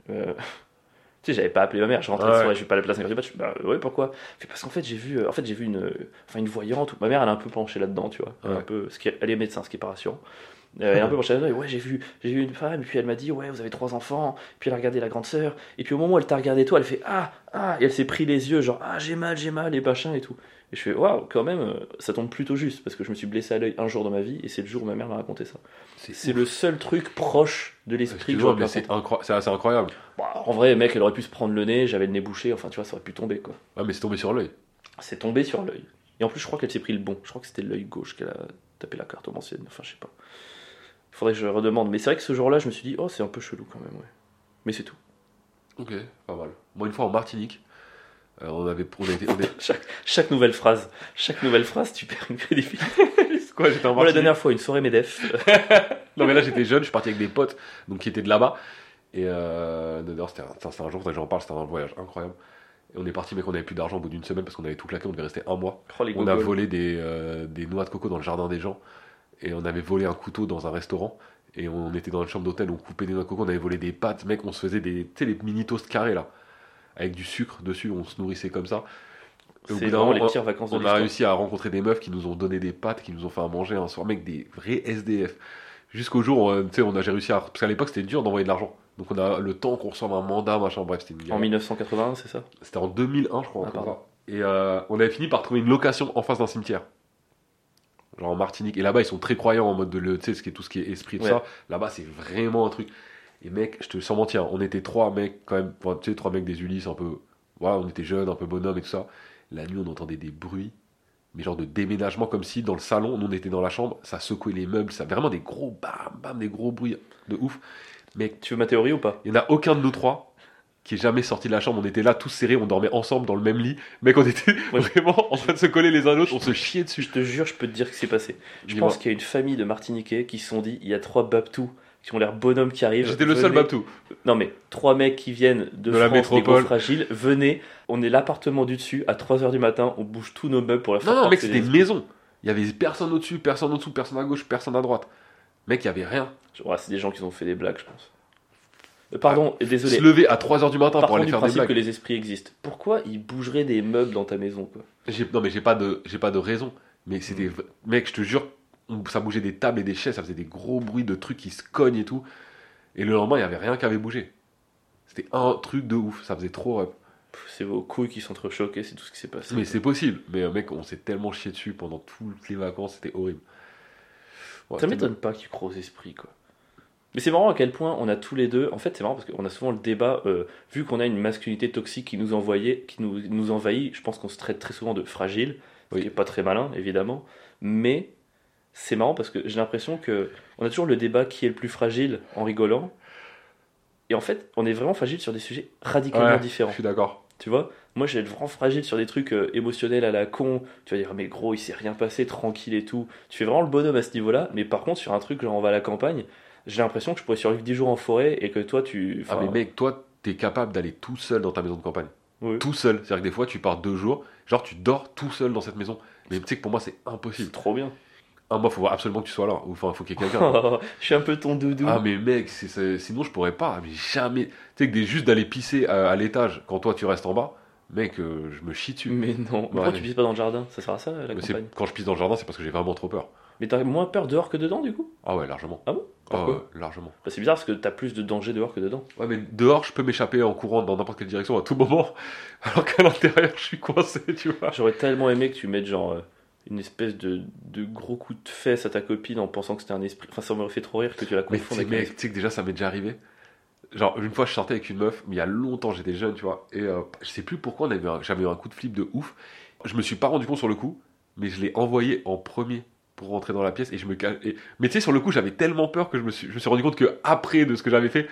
Euh, Tu sais, j'avais pas appelé ma mère, je rentrais Ouais. de soirée, je vais pas la place, je suis bah ouais, pourquoi Fait, Parce qu'en fait, j'ai vu, euh, en fait, j'ai vu une, enfin, une voyante, ma mère, elle est un peu penchée là-dedans, tu vois. Elle est Ouais. Un peu, ce qui est- elle est médecin, ce qui est pas rassurant. Euh, et un peu prochaine oeil, ouais, j'ai vu, j'ai vu une femme, et puis elle m'a dit, ouais, vous avez trois enfants, puis elle a regardé la grande sœur, et puis au moment où elle t'a regardé toi, elle fait, ah, ah, et elle s'est pris les yeux, genre, ah, j'ai mal, j'ai mal, et machin et tout. Et je fais, waouh, quand même, euh, ça tombe plutôt juste, parce que je me suis blessé à l'œil un jour dans ma vie, et c'est le jour où ma mère m'a raconté ça. C'est le seul truc proche de l'esprit que Excuse-moi, j'aurais pu mais c'est raconter. incro- c'est assez incroyable. Bah, en vrai, mec, elle aurait pu se prendre le nez, j'avais le nez bouché, enfin, tu vois, ça aurait pu tomber, quoi. Ah, mais c'est tombé sur l'œil. C'est tombé sur l'œil. Et en plus, je crois qu'elle s'est pris le bon. Je crois que c'était l'œil gauche qu'elle a tapé la carte ancienne. Enfin, je sais pas. Faudrait que je redemande. Mais c'est vrai que ce jour-là, je me suis dit, oh, c'est un peu chelou quand même, ouais. Mais c'est tout. Ok, pas mal. Moi, une fois en Martinique, euh, on avait. On était, on était- Chaque nouvelle phrase, chaque nouvelle phrase, tu perds une crédibilité. C'est quoi, j'étais en Moi, la Martinique dernière fois, une soirée MEDEF. euh, Non, mais là, j'étais jeune, je suis parti avec des potes, donc qui étaient de là-bas. Et euh, d'ailleurs, c'était un, c'était un- c'était un jour, faudrait que j'en parle, c'était un voyage incroyable. Et on est parti, mais qu'on avait plus d'argent au bout d'une semaine parce qu'on avait tout claqué, on devait rester un mois. oh, les On a gogoles. volé des, euh, des noix de coco dans le jardin des gens. Et on avait volé un couteau dans un restaurant. Et on était dans une chambre d'hôtel, on coupait des noix de coco, on avait volé des pâtes. Mec, on se faisait des, tu sais, les mini toasts carrés là. Avec du sucre dessus, on se nourrissait comme ça. Et au bout C'est d'un vraiment moment, les on- pires vacances de On a l'histoire. réussi à rencontrer des meufs qui nous ont donné des pâtes, qui nous ont fait à manger un soir, mec, des vrais SDF. Jusqu'au jour, euh, tu sais, on a j'ai réussi à. Parce qu'à l'époque, c'était dur d'envoyer de l'argent. Donc on a le temps qu'on reçoive un mandat, machin, bref, c'était une En galère. 1981, c'est ça C'était en 2001, je crois. Ah, comme pardon. ça. Et euh, on avait fini par trouver une location en face d'un cimetière. Genre en Martinique. Et là-bas, ils sont très croyants en mode de le, tu sais, ce qui est tout ce qui est esprit, tout Ouais. ça. Là-bas, c'est vraiment un truc. Et mec, je te sens mentir, on était trois mecs quand même, enfin, tu sais, trois mecs des Ulysses, un peu. Voilà, on était jeunes, un peu bonhomme et tout ça. La nuit, on entendait des bruits, mais genre de déménagement, comme si dans le salon, nous on était dans la chambre, ça secouait les meubles, ça vraiment des gros bam, bam, des gros bruits de ouf. Tu veux ma théorie ou pas Il n'y en a aucun de nous trois qui est jamais sorti de la chambre. On était là tous serrés, on dormait ensemble dans le même lit. Mec, on était Ouais. vraiment en train de se coller les uns l'autre, on se chiait dessus. Je te jure, je peux te dire que c'est passé. Je Dis-moi. pense qu'il y a une famille de Martiniquais qui se sont dit, il y a trois Babtous qui ont l'air bonhommes qui arrivent. J'étais le seul Venez- Babtou. Non mais trois mecs qui viennent de, De France, la des gros métropole. fragiles, venez, on est l'appartement du dessus à 3h du matin, on bouge tous nos meubles pour la faire Non, non, mec, porter c'était des- une maison. Il y avait personne au-dessus, personne en dessous, personne à gauche, personne à droite. Mec, il y avait rien. Ouais, c'est des gens qui ont fait des blagues, je pense. Euh, Pardon, et désolé. Se lever à 3h du matin pour Partons aller du faire des principe blagues. que les esprits existent. Pourquoi ils bougeraient des meubles dans ta maison quoi J'ai- Non, mais j'ai pas de, j'ai pas de raison. Mais c'était, v- mec, je te jure, on- ça bougeait des tables et des chaises, ça faisait des gros bruits de trucs qui se cognent et tout. Et le lendemain, il y avait rien qui avait bougé. C'était un truc de ouf, ça faisait trop rep. Pff, C'est vos couilles qui s'entrechoquaient, c'est tout ce qui s'est passé. Mais c'est possible. Mais euh, mec, on s'est tellement chié dessus pendant toutes les vacances, c'était horrible. Ouais, Ça c'était- m'étonne pas qu'ils croient aux esprits, quoi. Mais c'est marrant à quel point on a tous les deux. En fait, c'est marrant parce qu'on a souvent le débat, euh, vu qu'on a une masculinité toxique qui nous, envoyait, qui nous, nous envahit, je pense qu'on se traite très souvent de fragile, ce Oui. qui est pas très malin, évidemment. Mais c'est marrant parce que j'ai l'impression que on a toujours le débat qui est le plus fragile en rigolant. Et en fait, on est vraiment fragile sur des sujets radicalement Ouais, Je différents. suis d'accord. Tu vois, moi j'ai vraiment fragile sur des trucs euh, émotionnels à la con. Tu vas dire, mais gros, il s'est rien passé, tranquille et tout. Tu fais vraiment le bonhomme à ce niveau-là. Mais par contre, sur un truc, genre on va à la campagne, j'ai l'impression que je pourrais survivre 10 jours en forêt et que toi tu. Ah, enfin, mais mec, toi, t'es capable d'aller tout seul dans ta maison de campagne. ouais. Tout seul. C'est-à-dire que des fois, tu pars deux jours, genre tu dors tout seul dans cette maison. Mais tu sais que pour moi, c'est impossible. c'est trop bien. Un mois, faut absolument que tu sois là. Ou enfin, faut qu'il y ait quelqu'un. je suis un peu ton doudou. Ah mais mec, c'est- c'est- sinon je pourrais pas, mais jamais. Tu sais que des, juste d'aller pisser à, à l'étage quand toi tu restes en bas, mec, euh, je me chie dessus. mais non. Mais Pourquoi Ouais. tu pisses pas dans le jardin Ça sert à ça la bah Mais c'est- campagne. quand je pisse dans le jardin, c'est parce que j'ai vraiment trop peur. Mais t'as moins peur dehors que dedans du coup Ah ouais, largement. Ah bon Ah Pourquoi ouais, largement. Bah, C'est bizarre parce que t'as plus de danger dehors que dedans. Ouais, mais dehors, je peux m'échapper en courant dans n'importe quelle direction à tout moment, alors qu'à l'intérieur, je suis coincé, tu vois. J'aurais tellement aimé que tu mettes genre euh, une espèce de, de gros coup de fesse à ta copine en pensant que c'était un esprit. Enfin, ça m'aurait fait trop rire que tu la Mais confondes tu sais, avec un mec, tu sais que déjà, ça m'est déjà arrivé. Genre, une fois, je sortais avec une meuf, mais il y a longtemps, j'étais jeune, tu vois. Et euh, je sais plus pourquoi, on avait un- j'avais eu un coup de flip de ouf. Je me suis pas rendu compte sur le coup, mais je l'ai envoyé en premier pour rentrer dans la pièce et je me cache. et- Mais tu sais, sur le coup, j'avais tellement peur que je me suis, je me suis rendu compte que après de ce que j'avais fait.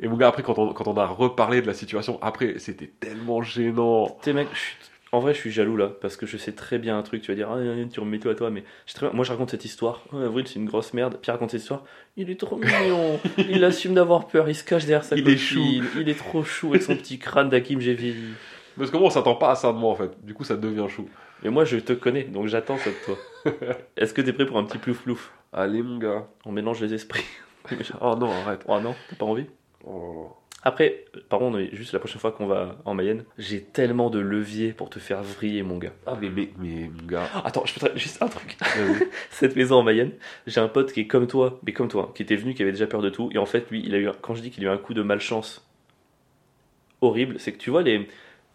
Et mon gars, après, quand on, quand on a reparlé de la situation, après, c'était tellement gênant. Tu sais, mec, je suis- en vrai, je suis jaloux là, parce que je sais très bien un truc. Tu vas dire, ah, tu remets tout à toi, mais je sais très bien- moi je raconte cette histoire. Ah, Avril, c'est une grosse merde. Pierre raconte cette histoire. Il est trop mignon. il assume d'avoir peur. Il se cache derrière sa Il est chou. copine. Il est trop chou avec son petit crâne d'Hakim, j'ai vieilli. Parce que moi, on s'attend pas à ça de moi, en fait. Du coup, ça devient chaud. Mais moi, je te connais, donc j'attends ça de toi. Est-ce que t'es prêt pour un petit plouf-plouf Ah, Allez, mon gars. On mélange les esprits. Oh non, arrête. oh non, t'as pas envie Oh là là. Après, pardon, on est juste la prochaine fois qu'on va en Mayenne, j'ai tellement de leviers pour te faire vriller, mon gars. Ah, mais, mais, mais, mon gars. Attends, je peux te juste un truc. vas-y. Cette maison en Mayenne, j'ai un pote qui est comme toi, mais comme toi, hein, qui était venu, qui avait déjà peur de tout. Et en fait, lui, il a eu, un- quand je dis qu'il a eu un coup de malchance horrible, c'est que tu vois les,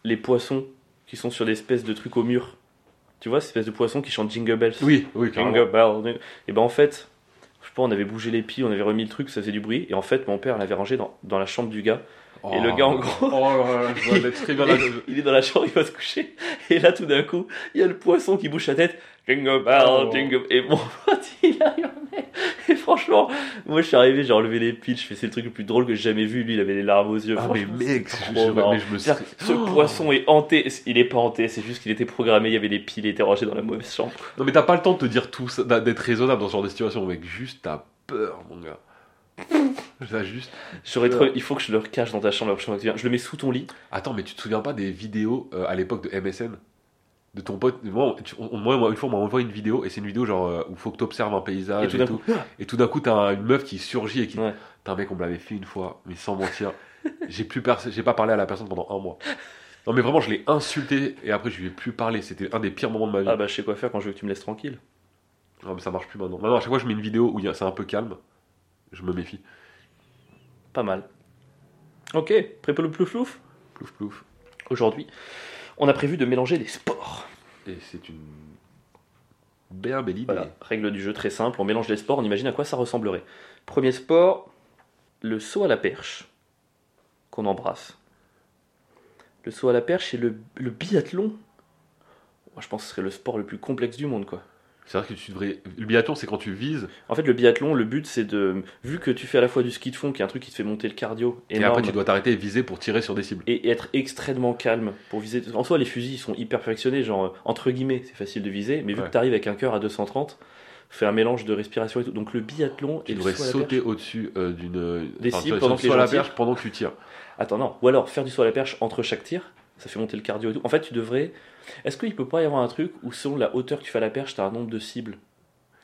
les poissons qui sont sur l'espèce de truc au mur. Tu vois, cette espèce de poisson qui chante Jingle Bells. oui, oui, carrément. Jingle Bell. Et ben en fait, je sais pas, on avait bougé les pieds, on avait remis le truc, ça faisait du bruit. Et en fait, mon père l'avait rangé dans, dans la chambre du gars. Et le gars, en gros- Oh là là, je vois la- très bien la- il, il est dans la chambre, il va se coucher. Et là, tout d'un coup, il y a le poisson qui bouge la tête. Jingle bell, Oh. jingle- Et mon pote, il arrive. Et franchement, moi, je suis arrivé, j'ai enlevé les piles. Je fais, c'est le truc le plus drôle que j'ai jamais vu. Lui, il avait les larmes aux yeux. Ah, mais Franchement, mec, c'est je, trop je- marrant. mais je me C'est-à-dire que Ce Oh. poisson est hanté. Il est pas hanté, c'est juste qu'il était programmé. Il y avait les piles, il était rangé dans la mauvaise chambre. Non, mais t'as pas le temps de te dire tout ça, d'a- d'être raisonnable dans ce genre de situation, mec. Juste, t'as peur, mon gars. T'as juste. J'aurais trop- Il faut que je le recache dans ta chambre la prochaine fois que tu viens. Je le mets sous ton lit. Attends, mais tu te souviens pas des vidéos euh, à l'époque de MSN De ton pote Moi, tu- on- moi, moi, une fois, on m'a envoyé une vidéo, et c'est une vidéo genre euh, où faut que t'observes un paysage Et tout d'un coup, Et Ah, tout d'un coup, t'as une meuf qui surgit et qui. Ouais. Putain, mec, on me l'avait fait une fois, mais sans mentir. j'ai plus pers- j'ai pas parlé à la personne pendant un mois. Non, mais vraiment, je l'ai insulté et après, je lui ai plus parlé. C'était un des pires moments de ma vie. ah bah, je sais quoi faire quand je veux que tu me laisses tranquille. Non, mais ça marche plus maintenant. Maintenant, à chaque fois, je mets une vidéo où il y a- c'est un peu calme. Je me méfie. Pas mal. Ok, prépa le plus flouf. Plouf, plouf. Aujourd'hui, on a prévu de mélanger les sports. Et c'est une. Bien belle idée. Voilà, règle du jeu très simple, on mélange les sports, on imagine à quoi ça ressemblerait. Premier sport, le saut à la perche, qu'on embrasse. Le saut à la perche et le, le biathlon. Moi, je pense que ce serait le sport le plus complexe du monde, quoi. C'est vrai que tu devrais. Le biathlon, c'est quand tu vises En fait, le biathlon, le but, c'est de... Vu que tu fais à la fois du ski de fond, qui est un truc qui te fait monter le cardio, et énorme, après, tu dois t'arrêter et viser pour tirer sur des cibles. et être extrêmement calme pour viser. En soi, les fusils ils sont hyper perfectionnés, genre euh, entre guillemets, c'est facile de viser, mais vu Ouais. que tu arrives avec un cœur à 230, fais un mélange de respiration et tout. Donc le biathlon Tu et le devrais saut à la sauter au-dessus euh, d'une. Des enfin, tu cibles dois pendant sauter que les sur la gens tirent. perche pendant que tu tires. perche. Attends, non, ou alors faire du saut à la perche entre chaque tir, ça fait monter le cardio et tout. En fait, tu devrais. Est-ce qu'il peut pas y avoir un truc où selon la hauteur que tu fais à la perche, tu as un nombre de cibles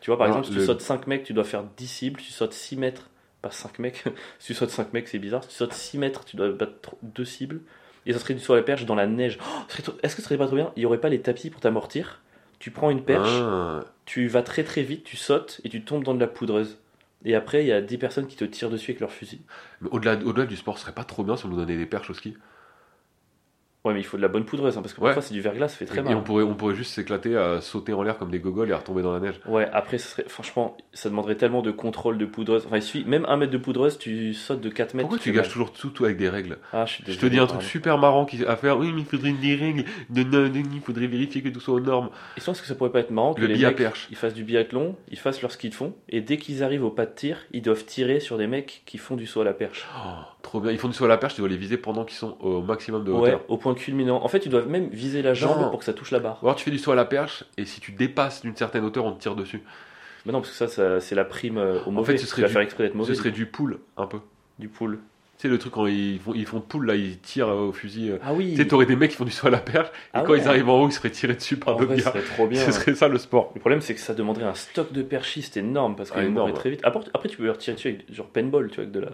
Tu vois, par Non, exemple, si le- tu sautes 5 mecs, tu dois faire 10 cibles, si tu sautes 6 mètres, pas 5 mecs, si tu sautes 5 mecs, c'est bizarre, si tu sautes 6 mètres, tu dois battre 2 cibles. Et ça serait du saut à la perche dans la neige. Oh, ce serait trop- Est-ce que ce serait pas trop bien Il y aurait pas les tapis pour t'amortir Tu prends une perche, Ah. tu vas très très vite, tu sautes et tu tombes dans de la poudreuse. Et après, il y a 10 personnes qui te tirent dessus avec leur fusil. Mais au-delà au-delà du sport, ce serait pas trop bien si on nous donnait des perches au ski. Ouais, mais il faut de la bonne poudreuse, hein, parce que Ouais. parfois c'est du verglas, ça fait Et, très et on, mal. pourrait, on pourrait juste s'éclater à sauter en l'air comme des gogoles et à retomber dans la neige. Ouais, après, ce serait... franchement, ça demanderait tellement de contrôle de poudreuse. Enfin, il suffit, même un mètre de poudreuse, tu sautes de 4 mètres. Pourquoi tu fais mal. gâches toujours tout, tout avec des règles Ah, je, suis Je te désolé, dis un truc pardon. super marrant qui- à faire. Oui, mais il faudrait des règles. Non, non, non, il faudrait vérifier que tout soit aux normes. Et sinon, est-ce que ça pourrait pas être marrant que Le les billet à mecs, perche. ils fassent du biathlon, ils fassent leur ski de fond, et dès qu'ils arrivent au pas de tir, ils doivent tirer sur des mecs qui font du saut à la perche. Oh, trop bien. Ils font du saut à la perche, tu dois les viser pendant qu'ils sont au maximum de Ouais, hauteur. au point culminant. En fait, ils doivent même viser la jambe Non. pour que ça touche la barre. Ou alors tu fais du saut à la perche et si tu dépasses d'une certaine hauteur, on te tire dessus. Mais non, parce que ça, ça- c'est la prime euh, au mauvais. fait, ce serait tu vas du- faire exprès d'être mauvais. Ce serait du pull, un peu. du pool. Tu sais, le truc quand ils font, ils font pull, là, ils tirent euh, au fusil. euh. Ah Tu oui. sais, t'aurais des mecs qui font du saut à la perche et Ah quand ouais. ils arrivent en haut, ils se feraient tirer dessus par En d'autres vrai, ce gars. serait trop bien. Ce serait ça le sport. Le problème, c'est que ça demanderait un stock de perchistes énorme parce Ah, qu'ils énorme. mourraient très vite. Après, après, tu peux leur tirer dessus avec genre paintball, tu vois, avec de la.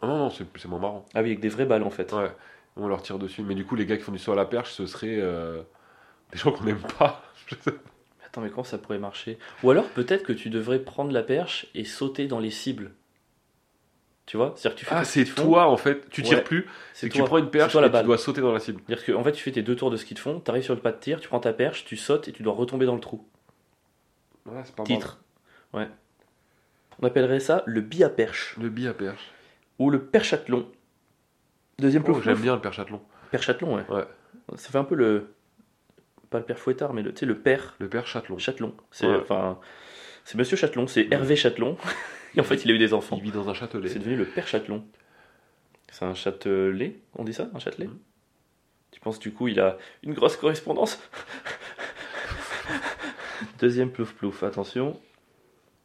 Ah non, non, c'est c'est moins marrant. Ah oui, avec des vraies balles en fait. Ouais, on leur tire dessus. Mais du coup, les gars qui font du saut à la perche, ce serait euh, des gens qu'on n'aime pas. Je sais pas. Mais Attends, mais comment ça pourrait marcher Ou alors peut-être que tu devrais prendre la perche et sauter dans les cibles. Tu vois C'est-à-dire que tu fais ah, tes c'est skis de fond, toi en fait. Tu tires Ouais. plus, c'est c'est que toi. tu prends une C'est perche toi la et tu balle. dois sauter dans la cible. C'est-à-dire qu'en fait, tu fais tes deux tours de ski de fond, t'arrives sur le pas de tir, tu prends ta perche, tu sautes et tu dois retomber dans le trou. Ouais, c'est pas Titre. Ouais. On appellerait ça le bi à perche mal. Le bi à perche. ou le perchathlon. Deuxième Oh, plouf J'aime bien le perchathlon. Perchathlon, ouais. Ouais. Ça fait un peu le. Pas le père Fouettard, mais le, tu sais, le père Le perchathlon. Châtelon. C'est Ouais. enfin, c'est Monsieur Châtelon, c'est Hervé Châtelon. Et en fait, il a eu des enfants. Il vit dans un châtelet. C'est devenu le père Châtelon. C'est un châtelet, on dit ça Un châtelet Mhm. Tu penses du coup il a une grosse correspondance Deuxième plouf plouf, attention.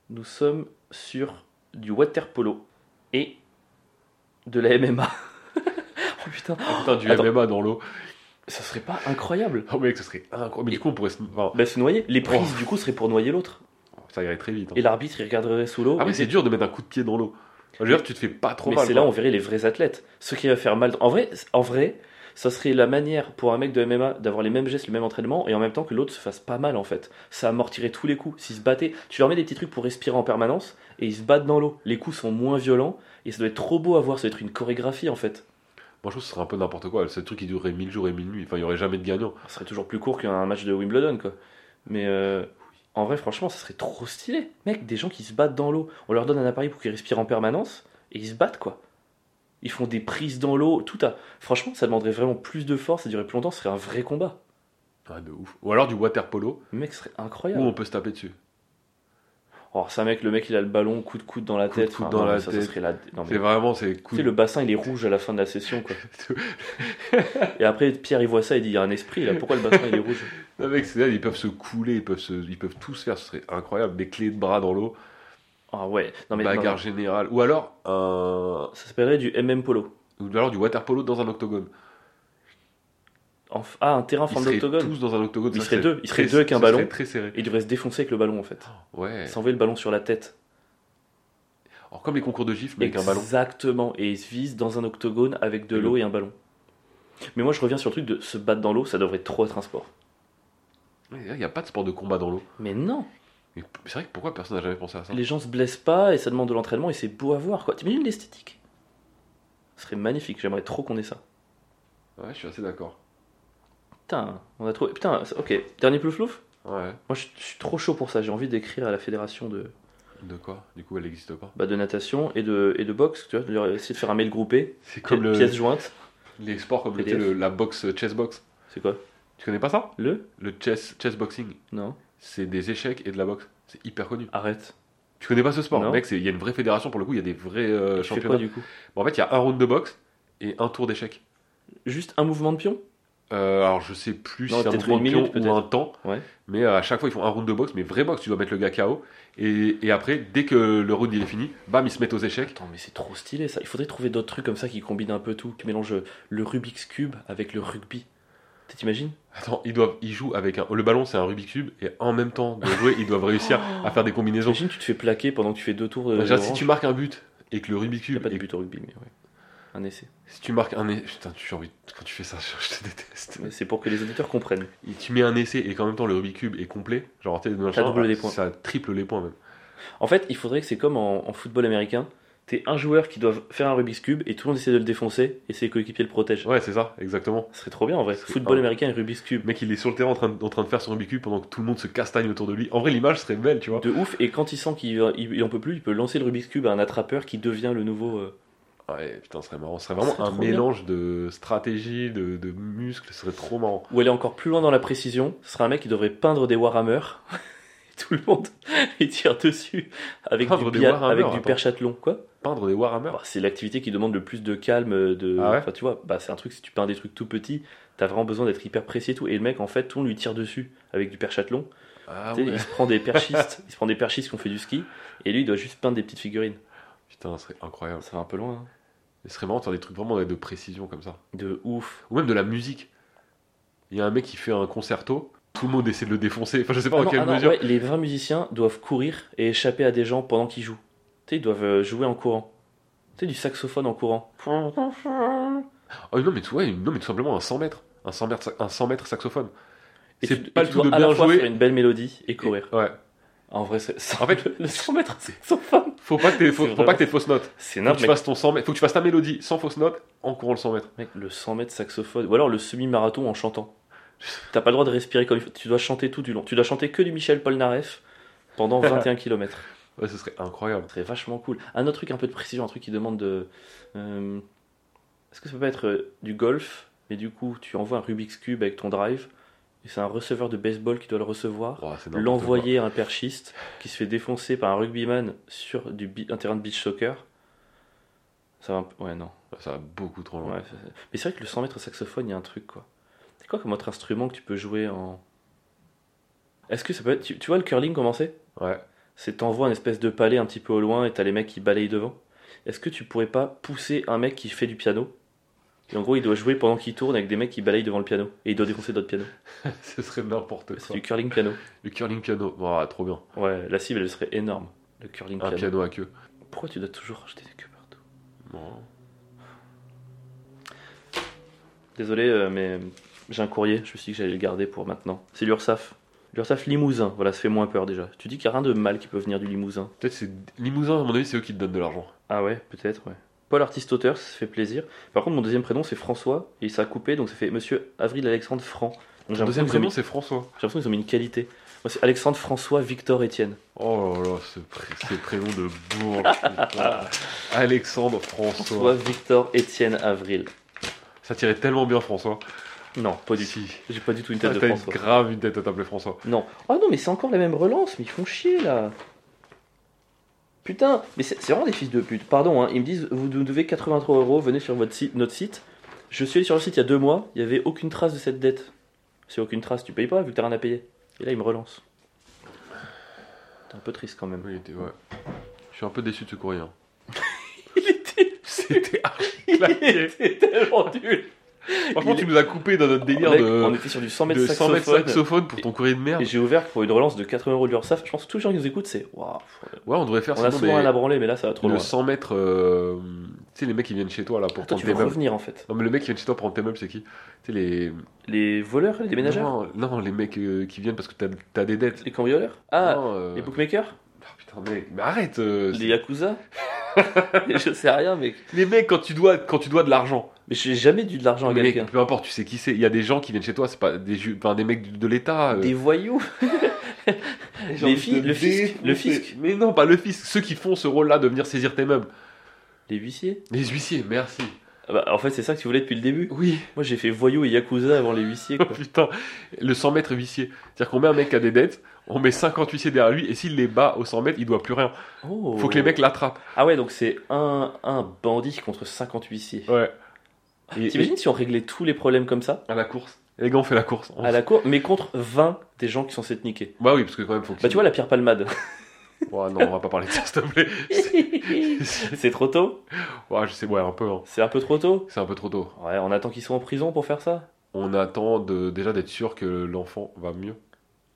Nous sommes sur du water polo et de la MMA. oh putain, Ah, putain, du Attends. MMA dans l'eau. ça serait pas incroyable Oh mec, ce serait incroyable. Mais du coup, on pourrait se. enfin, Bah se noyer. Les Oh. prises du coup seraient pour noyer l'autre. ça irait très vite. hein. Et l'arbitre il regarderait sous l'eau. Ah, et mais c'est dur de mettre un coup de pied dans l'eau. Je veux dire, tu te fais pas trop Mais mal. c'est là où quoi. on verrait les vrais athlètes. Ce qui va faire mal. En vrai, en vrai, ça serait la manière pour un mec de MMA d'avoir les mêmes gestes, le même entraînement, et en même temps que l'autre se fasse pas mal en fait. Ça amortirait tous les coups. S'ils se battaient, tu leur mets des petits trucs pour respirer en permanence, et ils se battent dans l'eau. Les coups sont moins violents, et ça doit être trop beau à voir. Ça doit être une chorégraphie en fait. Moi, je trouve que ce serait un peu n'importe quoi. C'est le truc qui durerait 1000 jours et 1000 nuits. Enfin, il y aurait jamais de gagnant. Ça serait toujours plus court qu'un match de Wimbledon quoi. Mais euh, en vrai, franchement, ça serait trop stylé. Mec, des gens qui se battent dans l'eau. On leur donne un appareil pour qu'ils respirent en permanence, et ils se battent quoi. Ils font des prises dans l'eau, tout à. Franchement, ça demanderait vraiment plus de force, ça durerait plus longtemps, ce serait un vrai combat. Ah, de ouf. Ou alors du water polo Le mec serait où incroyable. on peut se taper dessus. Alors, ça, mec, le mec, il a le ballon, coup de coude dans la Coup de tête. coude Enfin, dans non, la mais ça, ça tête. serait la- non, mais- C'est vraiment, c'est Tu cool. sais, le bassin, il est rouge à la fin de la session, quoi. et après, Pierre, il voit ça, il dit, il y a un esprit, là, pourquoi le bassin, il est rouge Non, mec, c'est là, ils peuvent se couler, ils peuvent, se- ils peuvent tous faire, ce serait incroyable. Des clés de bras dans l'eau, Ah ouais, non, mais... non, bagarre générale, ou alors, un- ça s'appellerait du MM Polo. ou alors du water polo dans un octogone. En f- Ah, un terrain en Ils forme seraient d'octogone. tous dans un octogone. Ils ça seraient deux. Ils seraient très- deux avec un ça ballon. serait très serré. Et il devrait se défoncer avec le ballon, en fait. Ouais. S'enlever le ballon sur la tête. Alors, comme les concours de gifs, mais avec un ballon. Exactement. Et ils se visent dans un octogone avec de l'eau et un ballon. Mais moi, je reviens sur le truc de se battre dans l'eau, ça devrait trop être un sport. Ouais, Il n'y a pas de sport de combat dans l'eau. Mais non Mais p- C'est vrai que pourquoi personne n'a jamais pensé à ça Les gens se blessent pas et ça demande de l'entraînement et c'est beau à voir quoi. T'imagines l'esthétique Ce serait magnifique, j'aimerais trop qu'on ait ça. Ouais, je suis assez d'accord. Putain, on a trouvé. Putain, ça- ok, dernier plouf-plouf Ouais. Moi je, je suis trop chaud pour ça, j'ai envie d'écrire à la fédération de, De quoi Du coup, elle n'existe pas. bah, de natation et de, et de boxe, tu vois, de leur- essayer de faire un mail groupé, C'est comme comme le- pièce jointe. les sports comme le- PDF. le- la boxe, euh, chess box. C'est quoi Tu connais pas ça Le Le chess, chess boxing, Non, c'est des échecs et de la boxe. C'est hyper connu. arrête. Tu connais pas ce sport Non. Mec, c'est- il y a une vraie fédération pour le coup, il y a des vrais Je euh, fais quoi championnats. du coup Bon, en fait, il y a un round de boxe et un tour d'échecs. Juste un mouvement de pion Euh, alors, je sais plus Non, si c'est un peut-être mouvement une de pion minute, ou un temps, Ouais. mais euh, à chaque fois, ils font un round de boxe, mais vraie boxe, tu dois mettre le gars KO. Et, et après, dès que le round il est fini, bam, ils se mettent aux échecs. Attends, mais c'est trop stylé ça. Il faudrait trouver d'autres trucs comme ça qui combinent un peu tout, qui mélangent euh, le Rubik's Cube avec le rugby. Tu T'imagines Attends, ils doivent, ils jouent avec un. Le ballon, c'est un Rubik's Cube, et en même temps de jouer, ils doivent réussir à faire des combinaisons. Imagine, tu te fais plaquer pendant Bah, que tu fais deux tours de. Déjà, de si Euh, orange. tu marques un but et que le Rubik's Il y a Cube pas de et but au rugby, mais ouais. Un essai. Si tu marques un essai, putain, tu j'ai envie de- quand tu fais ça, je, je te déteste. Mais C'est pour que les auditeurs comprennent. Et tu mets un essai et qu'en même temps le Rubik's cube est complet, genre t'es dans le Ça champ, double les ah, points. Ça triple les points même. En fait, il faudrait que c'est comme en, en football américain. T'es un joueur qui doit faire un Rubik's Cube et tout le monde essaie de le défoncer et ses coéquipiers le protègent. Ouais, c'est ça, exactement. Ce serait trop bien en vrai. Ce serait Football pas- américain et Rubik's Le Cube. mec, il est sur le terrain en train, de- en train de faire son Rubik's cube pendant que tout le monde se castagne autour de lui. En vrai, l'image serait belle, tu vois. De ouf, et quand il sent qu'il il, il en peut plus, il peut lancer le Rubik's Cube à un attrapeur qui devient le nouveau. euh, Ouais, putain, ce serait marrant. Ce serait vraiment Ce serait un trop bien. mélange de stratégie, de, de muscles, ce serait trop marrant. Ou aller encore plus loin dans la précision, ce serait un mec qui devrait peindre des Warhammer. tout le monde il tire dessus avec Peindre du, des billard, Warhammer, avec du attends. père châtelon. Quoi Peindre des Warhammer. Bah, c'est l'activité qui demande le plus de calme. euh, De... Ah ouais enfin, tu vois, bah, c'est un truc, si tu peins des trucs tout petits, t'as vraiment besoin d'être hyper précis et tout. Et le mec, en fait, tout le monde lui tire dessus avec du perchatelon. Ah Tu sais, ouais. Il se prend des perchistes, il se prend des perchistes qui ont fait du ski, et lui, il doit juste peindre des petites figurines. Putain, ce serait incroyable. Ça va un peu loin. hein. Ce serait marrant de faire des trucs vraiment de précision comme ça. De ouf. Ou même de la musique. Il y a un mec qui fait un concerto, tout le monde essaie de le défoncer. Enfin, je sais pas Ah en non, quelle ah non, mesure. ouais, les 20 musiciens doivent courir et échapper à des gens pendant qu'ils jouent. Tu sais, ils doivent euh, jouer en courant. Tu sais, du saxophone en courant. Ah non, Oh, mais tout, ouais, non, mais tout simplement un 100 mètres. Un 100 mètres, sa- un 100 mètres saxophone. Et C'est tu- pas et le tu tout dois de à bien la fois jouer. faire une belle mélodie et courir. Ouais. En vrai, c'est En fait, le 100 mètres saxophone. Faut pas que t'aies, faut, C'est faut pas vraiment- que t'aies de fausses notes. C'est Faut que, énorme, tu fasses ton 100 mètres, faut que tu fasses ta mélodie sans fausse note en courant le 100 mètres. Mec, le 100 mètres saxophone, ou alors le semi-marathon en chantant. T'as pas le droit de respirer comme il faut, tu dois chanter tout du long. Tu dois chanter que du Michel Polnareff pendant 21 km. Ouais, ce serait incroyable. Ce serait vachement cool. Un autre truc un peu de précision, un truc qui demande de. euh, Est-ce que ça peut pas être euh, du golf, mais du coup tu envoies un Rubik's Cube avec ton drive, et c'est un receveur de baseball qui doit Ah, le recevoir, Ouah, Oh, c'est n'importe l'envoyer à un perchiste qui se fait défoncer par un rugbyman sur du bi- un terrain de beach soccer. Ça va un peu- Ouais, non. quoi. Ça va beaucoup trop loin. Ouais, c'est- c'est- mais c'est vrai que le 100 mètres saxophone, il y a un truc quoi. C'est quoi comme autre instrument que tu peux jouer en. Est-ce que ça peut être. Tu, tu vois le curling commencer Ouais. C'est t'envoies un espèce de palais un petit peu au loin et t'as les mecs qui balayent devant. Est-ce que tu pourrais pas pousser un mec qui fait du piano Et en gros, il doit jouer pendant qu'il tourne avec des mecs qui balayent devant le piano. Et il doit défoncer d'autres pianos. ce serait n'importe C'est quoi. du curling piano. Le curling piano. Ouah, trop bien. Ouais, la cible, elle serait énorme. Le curling Un piano. piano à queue. Pourquoi tu dois toujours racheter des queues partout Non. Désolé, euh, mais j'ai un courrier, je me suis dit que j'allais le garder pour maintenant. C'est l'URSAF. L'URSAF Limousin, voilà, ça fait moins peur déjà. Tu dis qu'il n'y a rien de mal qui peut venir du Limousin. Peut-être c'est Limousin, à mon avis, c'est eux qui te donnent de l'argent. Ah ouais, peut-être, ouais. Paul artiste auteur, ça fait plaisir. Par contre, mon deuxième prénom c'est François et ça a coupé donc ça fait Monsieur Avril Alexandre Franc. Donc, j'ai Ton l'impression deuxième qu'ils ont prénom, mis- c'est François. j'ai l'impression qu'ils ont mis une qualité. Moi c'est Alexandre François Victor Étienne. Oh là là, ce, pré- ce prénom de bourge. putain. Alexandre François François. Victor Étienne Avril. Ça tirait tellement bien, François. Non, pas du tout. Si. J'ai pas du tout une Ah, tête de T'as une François. grave une tête à t'appeler François. Non. Oh non, mais c'est encore la même relance, mais ils font chier là. Putain, mais c'est c'est vraiment des fils de pute. Pardon, hein, ils me disent vous nous devez 83 euros, venez sur votre site, notre site. Je suis allé sur le site il y a deux mois, il n'y avait aucune trace de cette dette. C'est aucune trace, tu payes pas vu que t'as rien à payer. Et là, ils me relancent. T'es un peu triste quand même. Oui, t'es- ouais. Je suis un peu déçu de ce courrier. hein. Il était, C'était il claqué. était tellement nul. Franchement, Il tu nous as coupé dans notre délire Mec, On de, était sur du 100 mètres de 100 mètres saxophone. saxophone pour ton courrier de merde. Et j'ai ouvert pour une relance de 80 euros de l'URSAF. Je pense que tous les gens qui nous écoutent, c'est waouh. Ouais, on devrait faire On a Ah, sinon souvent des- rien à branler, mais là, ça va trop le loin. 100 mètres. euh, tu sais, les mecs qui viennent chez toi là pour Toi, prendre tu tes veux meubles. revenir en fait. Non, mais le mec qui vient chez toi pour prendre tes meubles, c'est qui Tu sais, les. Les voleurs, les déménageurs, Non, non, les mecs euh, qui viennent parce que t'as- t'as des dettes. les cambrioleurs, ah, Non, euh, les bookmakers, ah, putain, mec, mais arrête euh, c'est- les yakuza. je sais rien, mec. Les mecs, quand tu dois, quand tu dois de l'argent, Mais j'ai jamais dû de l'argent à mais quelqu'un. mec, peu importe, tu sais qui c'est. Il y a des gens qui viennent chez toi, c'est pas des, ju- enfin, des mecs de, de l'État. euh, Des voyous. j'ai les envie filles, de le fisc, défoncer. le fisc, Mais non, pas le fisc. Ceux qui font ce rôle-là de venir saisir tes meubles. les huissiers. Les huissiers, merci. Ah bah, en fait, c'est ça que tu voulais depuis le début. Oui. Moi, j'ai fait voyous et yakuza avant les huissiers. Oh, Quoi. Putain, le 100 mètres huissier. C'est-à-dire qu'on met un mec qui a des dettes, on met 50 huissiers derrière lui, et s'il les bat au 100 mètres, il doit plus rien. Oh. Faut que les mecs l'attrapent. Ah ouais, donc c'est un, un bandit contre 50 huissiers. Ouais. Et, T'imagines si on réglait tous les problèmes comme ça et- à la course. Les gars, on fait la course. On- à la cour, mais contre 20 des gens qui sont censés te niquer. Bah oui, parce que quand même, faut que. Bah tu vois la pierre palmade. Ouais, non, on va pas parler de ça, s'il te plaît. c'est trop tôt Ouais, je sais, ouais, un peu. hein. C'est un peu trop tôt C'est un peu trop tôt. Ouais, on attend qu'ils soient en prison pour faire ça. On attend de, déjà d'être sûr que l'enfant va mieux.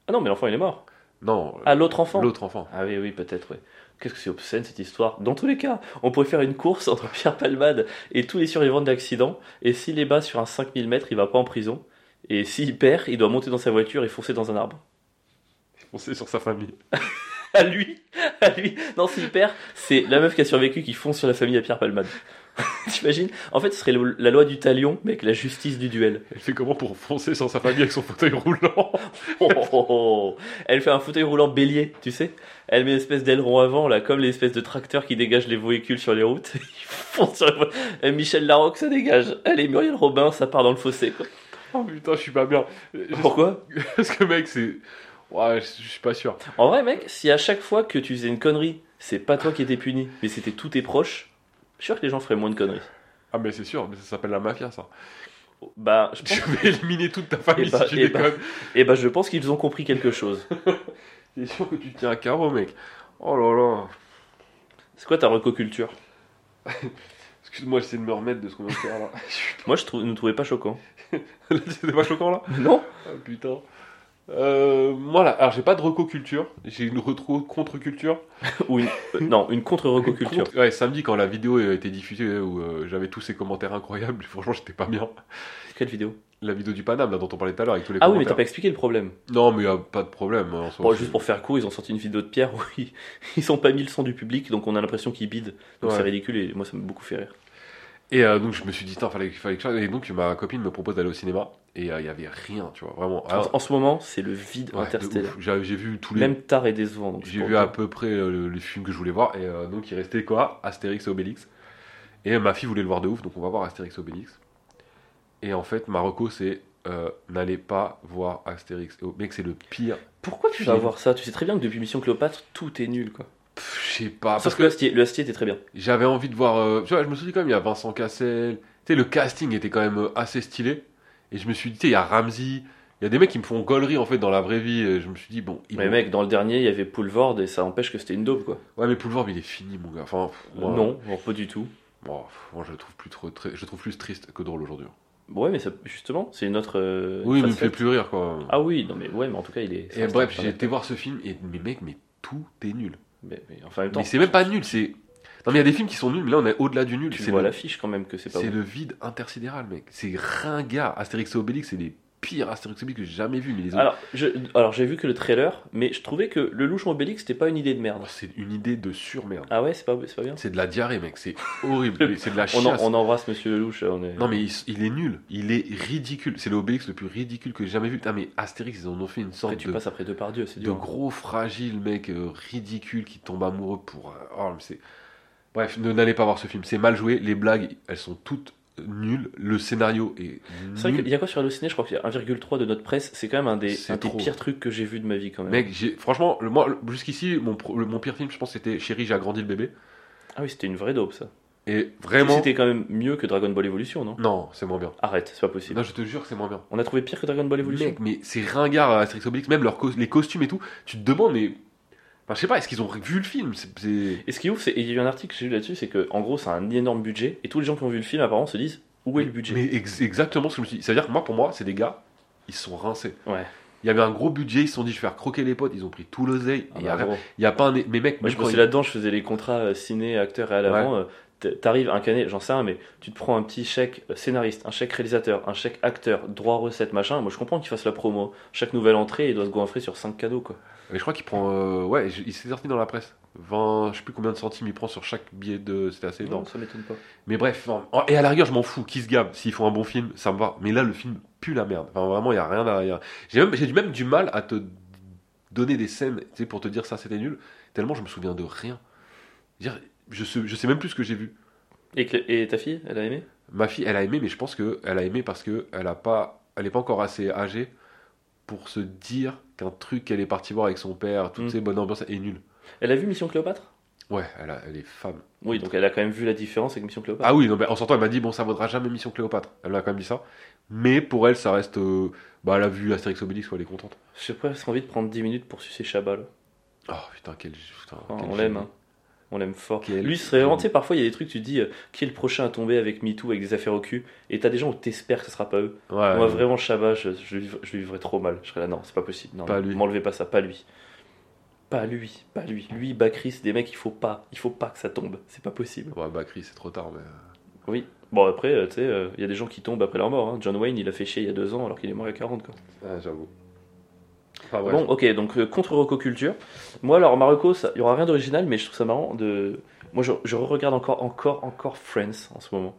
Ah non, mais l'enfant il est mort. Non, euh, Ah, l'autre enfant l'autre enfant. Ah oui, oui, peut-être, ouais. Qu'est-ce que c'est obscène cette histoire Dans tous les cas, on pourrait faire une course entre Pierre Palmade et tous les survivants de l'accident, et s'il est bas sur un 5000 mètres, il va pas en prison. Et s'il perd, il doit monter dans sa voiture et foncer dans un arbre. On sait sur sa famille. À lui À lui Non, s'il perd, c'est la meuf qui a survécu qui fonce sur la famille à Pierre Palmade. T'imagines En fait, ce serait le- la loi du talion, mais avec la justice du duel. Elle fait comment pour foncer sur sa famille avec son fauteuil roulant Oh, oh, oh. Elle fait un fauteuil roulant bélier, tu sais. Elle met une espèce d'aileron avant, là, comme les espèces de tracteurs qui dégagent les véhicules sur les routes. Ils foncent sur la voie. Et Michel Larocque, ça dégage. Elle et Muriel Robin, ça part dans le fossé. quoi. Oh putain, je suis pas bien. Pourquoi Parce que mec, c'est. Ouais, je je suis pas sûr. En vrai, mec, si à chaque fois que tu faisais une connerie, c'est pas toi qui étais puni, mais c'était tous tes proches, je suis sûr que les gens feraient moins de conneries. Ah, mais c'est sûr, mais ça s'appelle la mafia, ça. Bah, je pense, Je vais éliminer toute ta famille Eh bah, si tu eh bah. déconnes. eh ben, je pense qu'ils ont compris quelque chose. C'est sûr que tu tiens un carreau, mec. Oh là là. C'est quoi ta recoculture Excuse-moi, j'essaie de me remettre de ce qu'on vient de faire là. Moi, je trou- ne trouvais pas choquant. Là, C'était pas choquant là Non Ah putain. Euh, moi là, alors j'ai pas de recoculture, j'ai une retro- contre-culture. Ou une, euh, non, une contre-recoculture. Contre- ouais, samedi quand la vidéo a été diffusée où euh, j'avais tous ces commentaires incroyables, franchement j'étais pas bien. Quelle vidéo La vidéo du Paname là dont on parlait tout à l'heure avec tous les Ah oui, mais commentaires. t'as pas expliqué le problème. Non, mais y a pas de problème. hein, en soi. Bon, juste pour faire court, ils ont sorti une vidéo de Pierre où ils, ils ont pas mis le son du public, donc on a l'impression qu'ils bident. Donc Ouais. c'est ridicule et moi ça m'a beaucoup fait rire. Et euh, donc je me suis dit, il fallait, fallait que je fasse. Et donc ma copine me propose d'aller au cinéma et euh, il y avait rien, tu vois, vraiment. En- Ah, en, ce moment, c'est le vide ouais, de interstellaire. ouf. J'ai j'ai vu tous les. Même tard et décevant. donc, J'ai pour vu dire. à peu près euh, le- les films que je voulais voir et euh, donc il restait quoi Astérix et Obélix. Et euh, ma fille voulait le voir de ouf, donc on va voir Astérix et Obélix. Et en fait, Marocco, c'est euh, n'allez pas voir Astérix et Obélix. Mec, c'est le pire. Pourquoi tu vas Film. voir ça Tu sais très bien que depuis Mission Cléopâtre, tout est nul quoi. Pff, Je sais Sauf pas. Ah, Parce que, le que Astier, le Astier était très bien. j'avais envie de voir. euh, tu vois, je me suis dit quand même, il y a Vincent Cassel. Tu sais, le casting était quand même euh, assez stylé. Et je me suis dit, tu sais, il y a Ramsey. Il y a des mecs qui me font gaulerie en fait dans la vraie vie. Et je me suis dit, bon, il mais mec, dans le dernier, il y avait Poulvord et ça empêche que c'était une daube quoi. Ouais, mais Poulvord, il est fini, mon gars. Enfin, pff, moi- Non, bon, pas du tout. Bon, pff, moi, je le trouve plus trop très- je le trouve plus triste que drôle aujourd'hui. Ouais, mais ça, justement, c'est notre. euh, Oui, mais il me fait facette. plus rire quoi. Ah oui, non mais ouais, mais en tout cas, il est. ça et reste bref, un- j'ai été voir ce film et mais mec, mais tout est nul. Mais, mais enfin, en même temps, Mais c'est même pas nul, c'est Non, mais il y a des films qui sont nuls, mais là, on est au-delà du nul. Tu C'est vois le, l'affiche quand même que c'est pas c'est bon. le vide intersidéral, mec. C'est ringard. Astérix et Obélix, c'est les pires Astérix et Obélix que j'ai jamais vu. Mais les autres, Alors, je- alors, j'ai vu que le trailer, mais je trouvais que le louche en Obélix, c'était pas une idée de merde. Oh, c'est une idée de surmerde. Ah ouais, c'est pas, c'est pas bien. C'est de la diarrhée, mec. C'est horrible. Mais c'est de la On, chiasse. en- on embrasse Monsieur Lelouch. On est... Non mais il, il est nul, il est ridicule. C'est le Obélix le plus ridicule que j'ai jamais vu. Putain mais Astérix ils en ont fait une sorte après, tu de, passes après deux par Dieu, c'est de dur. hein. gros fragile mec euh, ridicule qui tombe amoureux pour. un- Oh mais c'est. Bref, ne n'allez pas voir ce film. C'est mal joué. Les blagues elles sont toutes nulles. Le scénario est C'est vrai qu'il nul. y a quoi sur le ciné Je crois qu'il y a 1,3 de notre presse. C'est quand même un des, C'est un des trop. pires trucs que j'ai vu de ma vie quand même. Mec, j'ai- franchement, le- moi le- jusqu'ici mon, pro- le- mon pire film je pense c'était Chérie j'ai agrandi le bébé. Ah oui, c'était une vraie dope ça. Et vraiment. C'était quand même mieux que Dragon Ball Evolution, non Non, c'est moins bien. Arrête, c'est pas possible. Non, je te jure que c'est moins bien. On a trouvé pire que Dragon Ball Evolution. Mec, mais c'est ringard euh, Astérix Obélix, même leurs cos- les costumes et tout. Tu te demandes, mais. Enfin, je sais pas, est-ce qu'ils ont vu le film C'est- c'est- Et ce qui est ouf, c'est il y a eu un article que j'ai lu là-dessus, c'est que en gros, c'est un énorme budget et tous les gens qui ont vu le film apparemment se disent où est le budget Mais ex- exactement ce que je me suis dit. C'est-à-dire que moi, pour moi, c'est des gars, ils se sont rincés. Ouais. Il y avait un gros budget, ils se sont dit, je vais faire croquer les potes, ils ont pris tout l'oseille. Ah il, y bah, a rien- gros. il y a pas un. Mais Moi, mec, même je quand bossais il- là-dedans, je faisais les contrats euh, ciné, acteur et à l'avant. euh, t- T'arrives un canet, j'en sais rien, mais tu te prends un petit chèque euh, scénariste, un chèque réalisateur, un chèque acteur, droit recette, machin. Moi, je comprends qu'il fasse la promo. hein. Chaque nouvelle entrée, il doit se goinfrer sur 5 cadeaux, quoi. mais je crois qu'il prend. euh, Ouais, je- il s'est sorti dans la presse. 20, je sais plus combien de centimes il prend sur chaque billet de. C'était assez énorme. ça m'étonne pas. Mais bref, en- en- et à la rigueur, je m'en fous, qui se gave, s'ils font un bon film, ça me va. Mais là, le film pue la merde. Enfin, vraiment, il n'y a rien à. y a- J'ai même, j'ai même du mal à te donner des scènes tu sais, pour te dire ça, c'était nul, tellement je me souviens de rien. Je veux dire, je sais, je sais même plus ce que j'ai vu. Et, Clé- et ta fille, elle a aimé Ma fille, elle a aimé, mais je pense qu'elle a aimé parce qu'elle a pas, elle n'est pas encore assez âgée pour se dire qu'un truc qu'elle est partie voir avec son père, toutes Mm. ces bonnes ambiances, est nul. Elle a vu Mission Cléopâtre Ouais, elle, a- elle est femme. Oui, donc elle a quand même vu la différence avec Mission Cléopâtre. Ah oui, non, mais en sortant, elle m'a dit, bon, ça vaudra jamais Mission Cléopâtre. Elle m'a quand même dit ça. Mais pour elle, ça reste. euh, bah, elle a vu Astérix Obélix, quoi, elle est contente. Je sais pas, j'ai envie de prendre 10 minutes pour sucer Chabat, là. Oh putain, quel. Ah, putain, quel on génie. l'aime, hein. On l'aime fort. Quel Lui, ce serait vraiment, génie. tu sais, parfois il y a des trucs, tu te dis, euh, qui est le prochain à tomber avec MeToo, avec des affaires au cul, et t'as des gens où t'espères que ce sera pas eux. Ouais, hein. Moi, ouais. vraiment, Chabat, je, je, le vivrais- je le vivrais trop mal. Je serais là, non, c'est pas possible. Non, Pas non, lui. M'enlevez pas ça, pas lui. Pas lui, pas lui. Lui, Bakri, c'est des mecs, il faut pas. Il faut pas que ça tombe. C'est pas possible. Ouais, Bakri, c'est trop tard, mais. Oui. Bon, après, euh, tu sais, euh, il y a des gens qui tombent après leur mort. hein. John Wayne, il a fait chier il y a deux ans alors qu'il est mort à 40, quoi. Ah, j'avoue. Enfin, Bon, ok, donc euh, contre Rococulture. Moi, alors, Marocco, ça- il y aura rien d'original, mais je trouve ça marrant de. Moi, je, je regarde encore, encore, encore Friends en ce moment.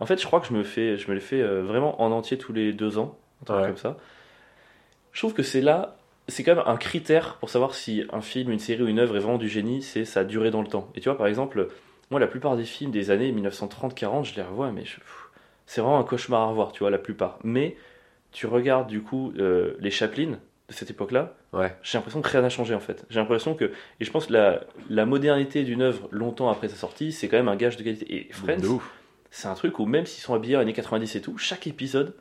En fait, je crois que je me, fais, je me le fais euh, vraiment en entier tous les deux ans, un truc Ouais. comme ça. Je trouve que c'est là, c'est quand même un critère pour savoir si un film, une série ou une œuvre est vraiment du génie, c'est sa durée dans le temps. Et tu vois, par exemple, moi, la plupart des films des années 1930-40, je les revois, mais je- pff, c'est vraiment un cauchemar à revoir, tu vois, la plupart. Mais tu regardes du coup euh, les Chaplin de cette époque-là, Ouais. j'ai l'impression que rien n'a changé en fait. J'ai l'impression que, et je pense que la, la modernité d'une œuvre longtemps après sa sortie, c'est quand même un gage de qualité. Et De Friends, ouf. c'est un truc où même s'ils sont habillés en années 90 et tout, chaque épisode,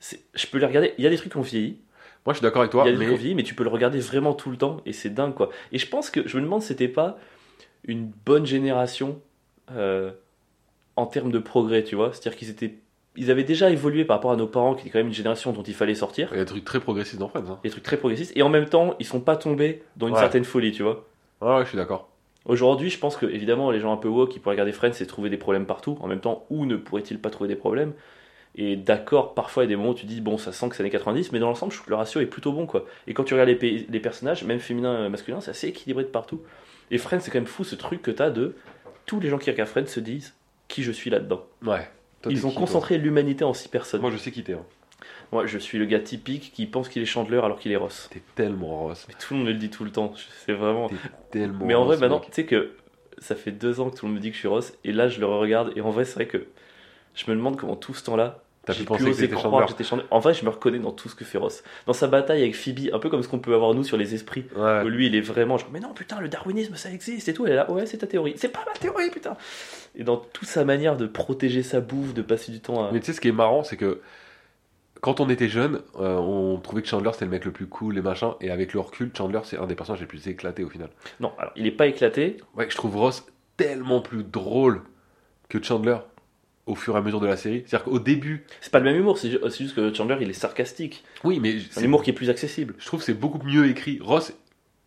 c'est- je peux les regarder. Il y a des trucs qu'on vieillit, Moi, je suis d'accord avec toi, il y a des mais. trucs qu'on vieillit, mais tu peux le regarder vraiment tout le temps et c'est dingue quoi. Et je pense que, je me demande si c'était pas une bonne génération euh, en termes de progrès, tu vois. C'est-à-dire qu'ils étaient, ils avaient déjà évolué par rapport à nos parents, qui étaient quand même une génération dont il fallait sortir Il y a des trucs très progressistes dans Friends. Hein. des trucs très progressistes et en même temps ils sont pas tombés dans une Ouais. certaine folie tu vois Ouais, ouais, je suis d'accord. aujourd'hui je pense que évidemment les gens un peu woke qui pourraient regarder Friends et trouver des problèmes partout en même temps où ne pourraient-ils pas trouver des problèmes et d'accord parfois il y a des moments où tu dis bon ça sent que c'est années 90 mais dans l'ensemble je trouve que le ratio est plutôt bon quoi et quand tu regardes les, pays- les personnages même féminins euh, masculins c'est assez équilibré de partout et Friends c'est quand même fou ce truc que t'as de tous les gens qui regardent Friends se disent qui je suis là-dedans Ouais. Toi, t'es ils ont qui, toi concentré l'humanité en six personnes Moi, je sais qui t'es. hein. moi je suis le gars typique qui pense qu'il est Chandler alors qu'il est Ross T'es tellement Ross. mais tout le monde me le dit tout le temps Je- c'est vraiment Tellement. Mais en vrai, bah Ross, maintenant, mec. tu sais que ça fait deux ans que tout le monde me dit que je suis Ross, et là, je le regarde, et en vrai, c'est vrai que je me demande comment tout ce temps-là, T'as j'ai pu pu penser que oser c'était croire Chandler. que j'étais Chandler. En vrai, je me reconnais dans tout ce que fait Ross. Dans sa bataille avec Phoebe, un peu comme ce qu'on peut avoir nous sur les esprits. Ouais. où Lui, il est vraiment genre, mais non, putain, le darwinisme, ça existe et tout. Elle est là, ouais, c'est ta théorie. C'est pas ma théorie, putain. Et dans toute sa manière de protéger sa bouffe, de passer du temps à. Mais tu sais, ce qui est marrant, c'est que quand on était jeune, euh, on trouvait que Chandler c'était le mec le plus cool et machin, et avec le recul, Chandler c'est un des personnages les plus éclatés au final. Non, alors, il est pas éclaté. Ouais, je trouve Ross tellement plus drôle que Chandler au fur et à mesure de la série. C'est-à-dire qu'au début, C'est pas le même humour, c'est ju- c'est juste que Chandler, il est sarcastique. oui, C'est mais un c'est- humour qui est plus accessible. je trouve que c'est beaucoup mieux écrit. Ross,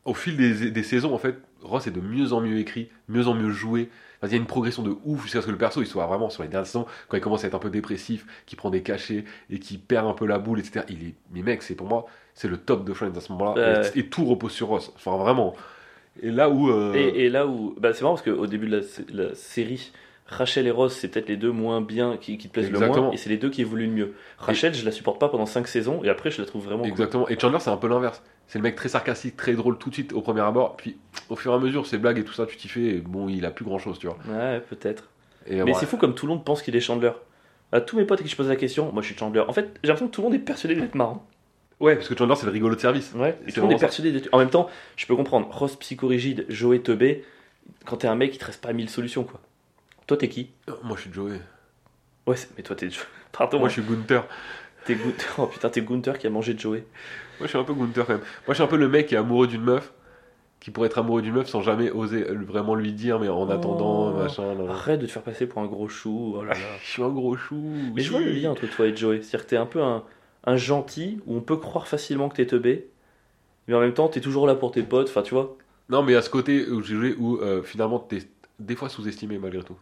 au fil des, des saisons, en fait, Ross est de mieux en mieux écrit, mieux en mieux joué. Enfin, il y a une progression de ouf jusqu'à ce que le perso il soit vraiment sur les derniers saisons, quand il commence à être un peu dépressif, qui prend des cachets et qui perd un peu la boule, etc. Il est, mais mec, c'est pour moi, c'est le top de Friends à ce moment-là. Ouais, et- ouais. et, tout repose sur Ross. Enfin, vraiment. Et là où. euh, Et, et là où. Bah, c'est marrant parce qu'au début de la, sé- la série, Rachel et Ross, c'est peut-être les deux moins bien qui, qui te plaisent le Exactement. moins. Et c'est les deux qui évoluent le mieux. Rachel, je la supporte pas pendant 5 saisons et après, je la trouve vraiment. cool. Exactement. Et Chandler, c'est un peu l'inverse. C'est le mec très sarcastique, très drôle tout de suite au premier abord. Puis au fur et à mesure, ses blagues et tout ça, tu t'y fais. Et bon, il a plus grand chose, tu vois. Ouais, peut-être. Et Mais voilà. c'est fou comme tout le monde pense qu'il est Chandler. À tous mes potes à qui je pose la question, moi je suis Chandler. En fait, j'ai l'impression que tout le monde est persuadé d'être marrant. Ouais, parce que Chandler, c'est le rigolo de service. Ouais, C'est et tout le monde vraiment est persuadé d'être. En même temps, je peux comprendre. Ross psychorigide, Joey teubé. Quand t'es un mec, il te reste pas mille solutions quoi. Toi t'es qui Euh, Moi, je suis Joey. Ouais, c'est- mais toi t'es. Jo- Pardon, Moi, je suis Gunther. t'es Gunther. Oh putain, t'es Gunther qui a mangé Joey. Moi, je suis un peu Gunther quand même. Moi, je suis un peu le mec qui est amoureux d'une meuf, qui pourrait être amoureux d'une meuf sans jamais oser euh, vraiment lui dire, mais en Oh. attendant, machin. là. Arrête de te faire passer pour un gros chou. oh là là. Je suis un gros chou. Mais je vois le lien entre toi et Joey. C'est-à-dire que t'es un peu un, un gentil où on peut croire facilement que t'es teubé, mais en même temps t'es toujours là pour tes potes. Enfin, tu vois. Non, mais à ce côté où j'ai joué, où euh, finalement, t'es des fois sous-estimé malgré tout.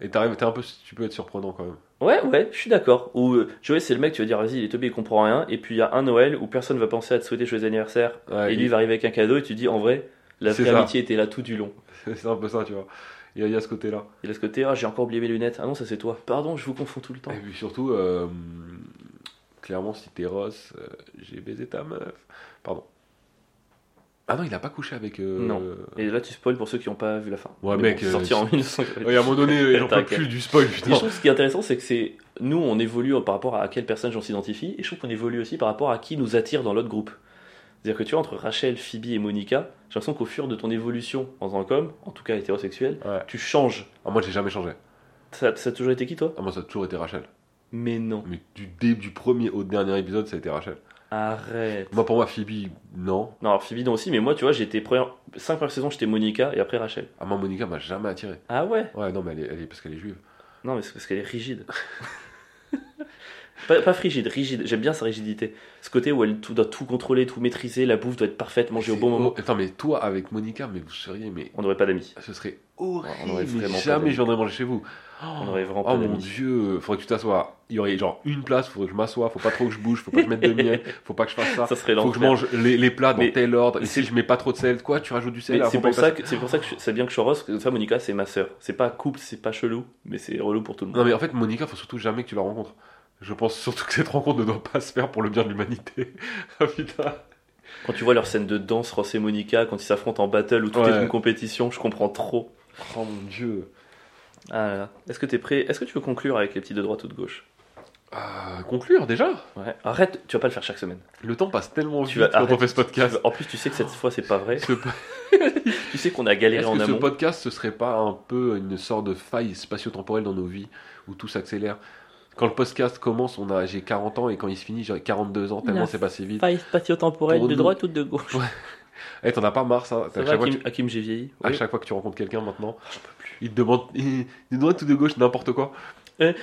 Et t'arrives, t'es un peu, tu peux être surprenant quand même. Ouais, ouais, je suis d'accord. Ou euh, Joey, c'est le mec, tu vas dire, vas-y, il est teubé, il comprend rien. Et puis il y a un Noël où personne va penser à te souhaiter joyeux anniversaire. Ouais, et lui, il va arriver avec un cadeau et tu dis, en vrai, la Ah, C'est vraie ça. amitié était là tout du long. C'est un peu ça, tu vois. Il y, a- il y a ce côté-là. Et là, ce côté, ah, j'ai encore oublié mes lunettes. Ah non, ça c'est toi. Pardon, je vous confonds tout le temps. Et puis surtout, euh, clairement, si t'es Ross, euh, j'ai baisé ta meuf. Pardon. Ah non, il a pas couché avec. euh, Non. Et là, tu spoil pour ceux qui n'ont pas vu la fin. Ouais, Mais mec, bon, euh, sortir en c'est- 1900. Ouais, à un moment donné, j'en peux T'inquiète. plus du spoil, Et je putain. trouve que ce qui est intéressant, c'est que c'est nous, on évolue par rapport à quelle personne on s'identifie, et je trouve qu'on évolue aussi par rapport à qui nous attire dans l'autre groupe. C'est-à-dire que tu vois, entre Rachel, Phoebe et Monica, j'ai l'impression qu'au fur de ton évolution en tant qu'homme, en tout cas hétérosexuel, Ouais. tu changes. Ah, moi, j'ai jamais changé. Ça, ça a toujours été qui toi Ah, moi, ça a toujours été Rachel. Mais non, Mais du, dé- du premier au dernier épisode, ça a été Rachel. arrête. Moi, pour moi, Phoebe, non. Non, alors Phoebe non aussi, mais moi, tu vois, j'étais première... 5 premières saisons, j'étais Monica et après Rachel. Ah, moi, Monica m'a jamais attiré. Ah ouais Ouais, non, mais elle est, elle est- parce qu'elle est juive. Non, mais c'est parce qu'elle est rigide. pas, pas frigide, rigide. J'aime bien sa rigidité. Ce côté où elle tout- doit tout contrôler, tout maîtriser, la bouffe doit être parfaite, manger au C'est- bon moment. Attends, mais toi, avec Monica, mais vous seriez, mais On n'aurait pas d'amis. ce serait On aurait horrible. vraiment pas jamais d'amis. je viendrais manger chez vous. On aurait vraiment pas Oh mon d'amis. dieu, faudrait que tu t'assoies. Il y aurait genre une place, faudrait que je m'assoie, faut pas trop que je bouge, faut pas que je mette de miel, faut pas que je fasse ça. Ça serait Faut que je l'enfer. mange les, les plats dans Mais tel ordre. Et c'est- si je mets pas trop de sel, quoi, tu rajoutes du sel. Mais alors C'est faut pour, pas ça que- que- c'est pour ça que je- c'est bien que je sois Ross, comme ça Monica c'est ma sœur. C'est pas couple, c'est pas chelou, mais c'est relou pour tout le monde. Non mais en fait, Monica, faut surtout jamais que tu la rencontres. Je pense surtout que cette rencontre ne doit pas se faire pour le bien de l'humanité. ah putain. Quand tu vois leur scène de danse, Ross et Monica, quand ils s'affrontent en battle ou tout Ouais. est une compétition, je comprends trop. Oh mon dieu. Ah là là. Est-ce que t'es prêt Est-ce que tu veux conclure avec les petits de droite ou de gauche Ah, conclure déjà. Ouais. Arrête, tu vas pas le faire chaque semaine. Le temps passe tellement Tu vite vas- quand on arrête. fait ce podcast. En plus, tu sais que cette fois c'est pas vrai. Ce- Tu sais qu'on a galéré Est-ce en que ce amont. podcast, ce serait pas un peu une sorte de faille spatio-temporelle dans nos vies où tout s'accélère Quand le podcast commence, on a j'ai 40 ans et quand il se finit, j'ai 42 ans, tellement La c'est passé vite. Faille spatio-temporelle Pour de nous. droite ou de gauche Eh, t'en as pas marre ça, Ça à va, chaque, fois, Hakim, que- Hakim, j'ai vieilli. à Oui. chaque fois que tu rencontres quelqu'un maintenant, il te demande eh, de droite ou de gauche, n'importe quoi. Et,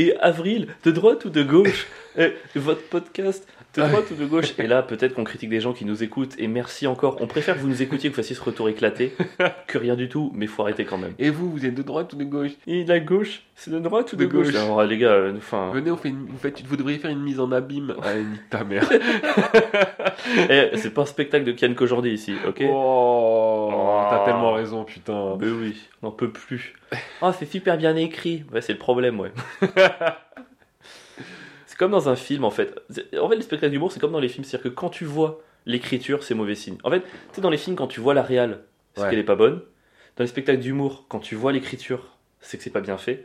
et avril, de droite ou de gauche Eh, Votre podcast, de Ah oui. droite ou de gauche Et là, peut-être qu'on critique des gens qui nous écoutent. Et merci encore. On préfère que vous nous écoutiez, que vous fassiez ce retour éclaté, que rien du tout, mais faut arrêter quand même. Et vous, vous êtes de droite ou de gauche Et la gauche, c'est de droite ou De de, gauche, gauche. Alors, les gars, euh, enfin. Venez, on fait une, vous faites- vous devriez faire une mise en abîme. Ah, nique ta mère. eh, c'est pas un spectacle de Kian qu'aujourd'hui ici, ok Oh, Oh. t'as tellement raison, putain. Mais oui, on n'en peut plus. Oh, c'est super bien écrit. Ouais, c'est le problème, ouais. c'est comme dans un film, en fait. C'est- En fait, le spectacle d'humour, c'est comme dans les films. C'est-à-dire que quand tu vois l'écriture, c'est mauvais signe. En fait, tu sais, dans les films, quand tu vois la réal, c'est Ouais. qu'elle est pas bonne. Dans les spectacles d'humour, quand tu vois l'écriture, c'est que c'est pas bien fait. Tu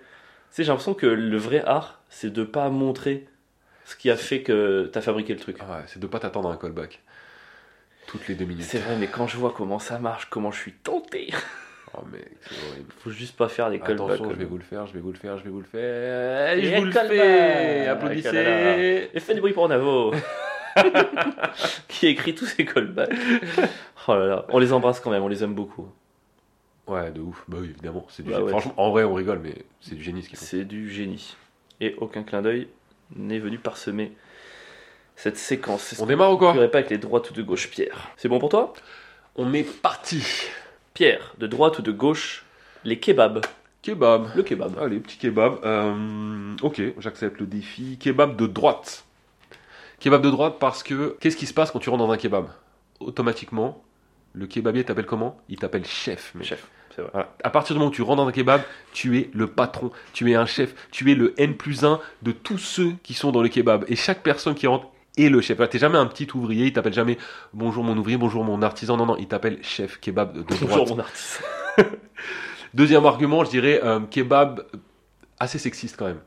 sais, j'ai l'impression que le vrai art, c'est de pas montrer ce qui a fait que t'as fabriqué le truc. Ah ouais, c'est de pas t'attendre à un callback. Toutes les deux minutes. C'est vrai, mais quand je vois comment ça marche, comment je suis tenté, Oh mec, c'est horrible. faut juste pas faire les callbacks. Attention, je vais vous le faire, je vais vous le faire, je vais vous le faire. Et Et je vous le callback. fais Ah, là, Applaudissez Et fais du bruit pour Navo Qui a écrit tous ces callbacks. Oh là là, on les embrasse quand même, on les aime beaucoup. Ouais, de ouf. Bah oui, évidemment. C'est du Bah génie. ouais. Franchement, en vrai, on rigole, mais c'est du génie ce qu'ils font. C'est du génie. Et aucun clin d'œil n'est venu parsemer cette séquence. On démarre ou quoi ne pas avec les droites ou de gauche, Pierre. C'est bon pour toi On est parti. Pierre, de droite ou de gauche Les kebabs. Kebab. Le kebab. Allez, petit kebab. Euh, ok, j'accepte le défi. Kebab de droite. Kebab de droite parce que qu'est-ce qui se passe quand tu rentres dans un kebab Automatiquement, le kebabier t'appelle comment Il t'appelle chef. mec. Chef, c'est vrai. Voilà. À partir du moment où tu rentres dans un kebab, tu es le patron, tu es un chef, tu es le N plus 1 de tous ceux qui sont dans le kebab. Et chaque personne qui rentre est le chef. Voilà, T'es jamais un petit ouvrier, il t'appelle jamais bonjour mon ouvrier, bonjour mon artisan. Non, non, il t'appelle chef kebab de droite. Toujours mon artiste. Deuxième argument, je dirais euh, kebab assez sexiste quand même.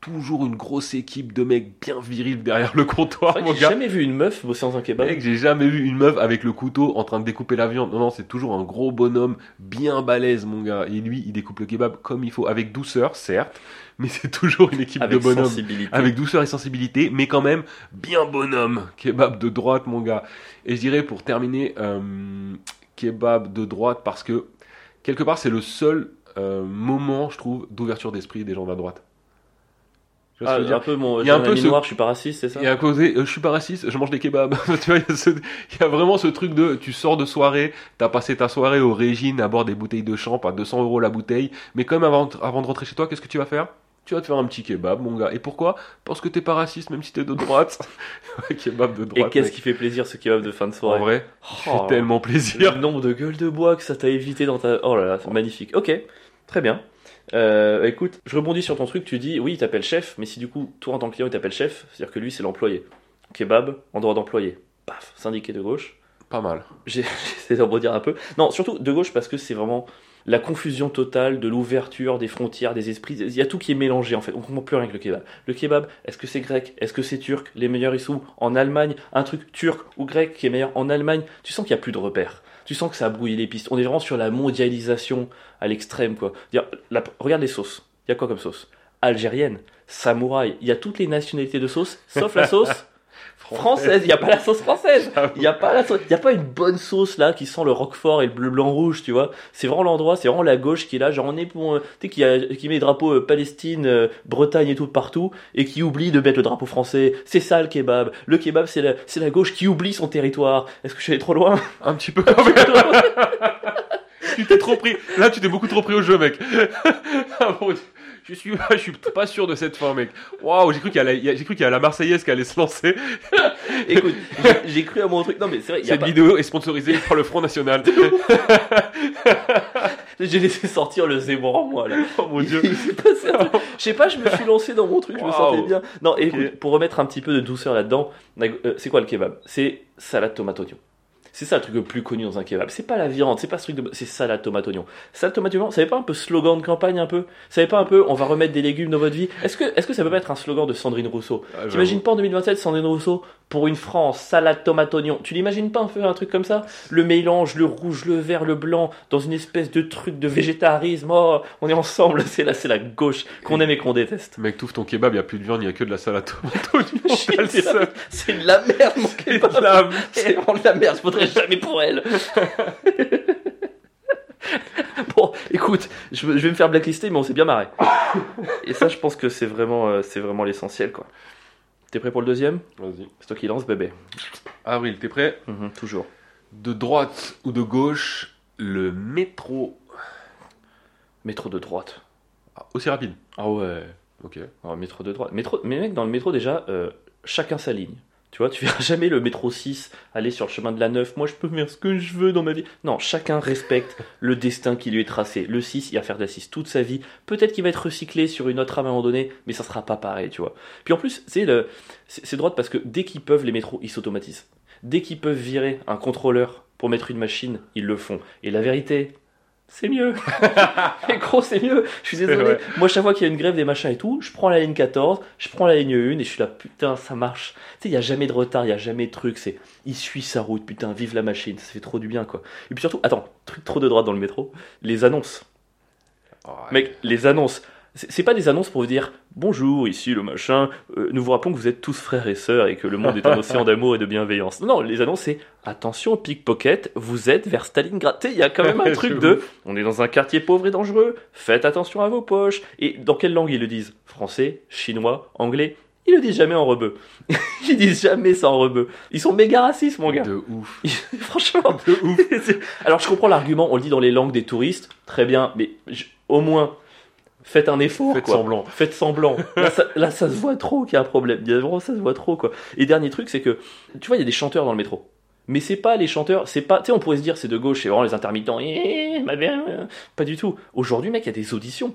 Toujours une grosse équipe de mecs bien virils derrière le comptoir, C'est vrai Oh, mon que J'ai gars. jamais vu une meuf bosser dans un kebab. Mec, j'ai jamais vu une meuf avec le couteau en train de découper la viande. Non, non, c'est toujours un gros bonhomme bien balèze, mon gars. Et lui, il découpe le kebab comme il faut, avec douceur, certes, mais c'est toujours une équipe avec de bonhommes. sensibilité. Avec douceur et sensibilité, mais quand même bien bonhomme. Kebab de droite, mon gars. Et je dirais pour terminer, euh, kebab de droite, parce que quelque part, c'est le seul euh, moment, je trouve, d'ouverture d'esprit des gens de la droite. Tu vois ce Ah, que je veux dire un peu mon Il y a un j'ai un peu ami ce- noir, je suis pas raciste, c'est ça et à côté, euh, je suis pas raciste, je mange des kebabs. tu vois, il y, a ce- il y a vraiment ce truc de, tu sors de soirée, t'as passé ta soirée au Régine à boire des bouteilles de champ à 200 euros la bouteille, mais comme avant, avant de rentrer chez toi, qu'est-ce que tu vas faire Tu vas te faire un petit kebab, mon gars. Et pourquoi Parce que t'es pas raciste, même si t'es de droite. Ouais, kebab de droite. Et qu'est-ce mec. qui fait plaisir ce kebab de fin de En soirée vrai, Oh, fait tellement plaisir. Le nombre de gueules de bois que ça t'a évité dans ta. Oh là là, c'est magnifique. Ok, très bien. Euh, écoute, je rebondis sur ton truc, tu dis oui, il t'appelle chef, mais si du coup, toi en tant que client, il t'appelle chef, c'est-à-dire que lui, c'est l'employé. Kebab, endroit d'employé. Paf, syndiqué de gauche. Pas mal. J'ai- J'essaie de rebondir un peu. Non, surtout de gauche parce que c'est vraiment la confusion totale de l'ouverture des frontières, des esprits. Il y a tout qui est mélangé en fait. On comprend plus rien avec le kebab. Le kebab, est-ce que c'est grec Est-ce que c'est turc Les meilleurs ils sont où en Allemagne. Un truc turc ou grec qui est meilleur en Allemagne. Tu sens qu'il n'y a plus de repères. Tu sens que ça a brouillé les pistes. On est vraiment sur la mondialisation à l'extrême quoi. Dire, la- regarde les sauces. Il y a quoi comme sauce Algérienne, samouraï. Il y a toutes les nationalités de sauces sauf la sauce française. Il n'y a pas la sauce française. Il n'y a pas la sauce- il y a pas une bonne sauce là qui sent le roquefort et le bleu blanc rouge, tu vois. C'est vraiment l'endroit, c'est vraiment la gauche qui est là, genre on est pour, euh, tu sais, qui, a- qui met les drapeaux euh, Palestine, euh, Bretagne et tout partout et qui oublie de mettre le drapeau français. C'est ça le kebab. Le kebab, c'est la, c'est la gauche qui oublie son territoire. Est-ce que je suis allé trop loin Un petit peu quand même. tu t'es trop pris. Là, tu t'es beaucoup trop pris au jeu, mec. Ah, mon Dieu. Je suis, je suis pas sûr de cette fin, mec. Waouh, j'ai cru qu'il y, a la- j'ai cru qu'il y a la Marseillaise qui allait se lancer. Écoute, j'ai- j'ai cru à mon truc. Non mais c'est vrai, il y a Cette pas- vidéo est sponsorisée par le Front National. j'ai laissé sortir le zébrant moi là. oh mon dieu. Il s'est passé un truc. Je sais pas, je me suis lancé dans mon truc, je me Waouh. sentais bien. Non, et Ok. écoute, pour remettre un petit peu de douceur là-dedans, la- euh, c'est quoi le kebab C'est salade tomate oignon. C'est ça le truc le plus connu dans un kebab. C'est pas la viande, c'est pas ce truc de. C'est salade tomate oignon. Salade tomate oignon, ça n'est pas un peu slogan de campagne un peu Ça n'est pas un peu on va remettre des légumes dans votre vie Est-ce que, est que ça peut pas être un slogan de Sandrine Rousseau Ah, T'imagines pas en 2027 Sandrine Rousseau pour une France, salade tomate oignon Tu l'imagines pas un peu un truc comme ça Le mélange, le rouge, le vert, le blanc, dans une espèce de truc de végétarisme. Oh, on est ensemble, c'est la, c'est la gauche qu'on aime et qu'on déteste. Mec, t'ouvres ton kebab, il n'y a plus de viande, il n'y a que de la salade tomate oignon. T'as le J'étais là, seum. C'est de la merde, mon C'est kebab. de la- C'est vraiment de la merde, je voterai jamais pour elle. bon, écoute, je, vais- je vais me faire blacklister, mais on s'est bien marré. Et ça, je pense que c'est vraiment, euh, c'est vraiment l'essentiel, quoi. T'es prêt pour le deuxième Vas-y. C'est toi qui lance, bébé. Avril, t'es prêt Mhm, toujours. De droite ou de gauche, le métro. Métro de droite. Ah, aussi rapide. Ah ouais. Ok. Non, métro de droite. Métro... Mais mec, dans le métro, déjà, euh, chacun sa ligne. Tu vois, tu verras jamais le métro 6 aller sur le chemin de la 9. Moi, je peux faire ce que je veux dans ma vie. Non, chacun respecte le destin qui lui est tracé. Le 6, il va faire de la 6 toute sa vie. Peut-être qu'il va être recyclé sur une autre rame à un moment donné, mais ça sera pas pareil, tu vois. Puis en plus, c'est le... c'est c'est droite parce que dès qu'ils peuvent, les métros, ils s'automatisent. Dès qu'ils peuvent virer un contrôleur pour mettre une machine, ils le font. Et la vérité, c'est mieux. Mais gros, c'est mieux. Je suis désolé. Ouais. Moi, chaque fois qu'il y a une grève des machins et tout, je prends la ligne 14, je prends la ligne 1 et je suis là, putain, ça marche. Tu sais, il n'y a jamais de retard, il n'y a jamais de truc. C'est, il suit sa route, putain, vive la machine, ça fait trop du bien, quoi. Et puis surtout, attends, truc trop de droite dans le métro, les annonces. Ah, Mec, les annonces. C'est c'est pas des annonces pour vous dire bonjour, ici le machin, euh, nous vous rappelons que vous êtes tous frères et sœurs et que le monde est un océan d'amour et de bienveillance. Non, les annonces c'est attention, pickpocket, vous êtes vers Stalingrad. Tu sais, Il y a quand même un C'est truc ouf. de on est dans un quartier pauvre et dangereux, faites attention à vos poches. Et dans quelle langue ils le disent Français, chinois, anglais Ils le disent jamais en rebeu. Ils disent jamais ça en rebeu. Ils sont méga racistes, mon gars. Oh, De ouf. Franchement. De ouf. C'est- Alors je comprends l'argument, on le dit dans les langues des touristes, très bien, mais je- au moins faites un effort. Faites quoi. semblant. Faites semblant. Là ça, là, ça se voit trop qu'il y a un problème. Il y a Vraiment, ça se voit trop quoi. Et dernier truc, c'est que tu vois, il y a des chanteurs dans le métro. Mais c'est pas les chanteurs, c'est pas. Tu sais, on pourrait se dire c'est de gauche, c'est vraiment les intermittents. Eh, ma bien, euh. Pas du tout. Aujourd'hui, mec, il y a des auditions.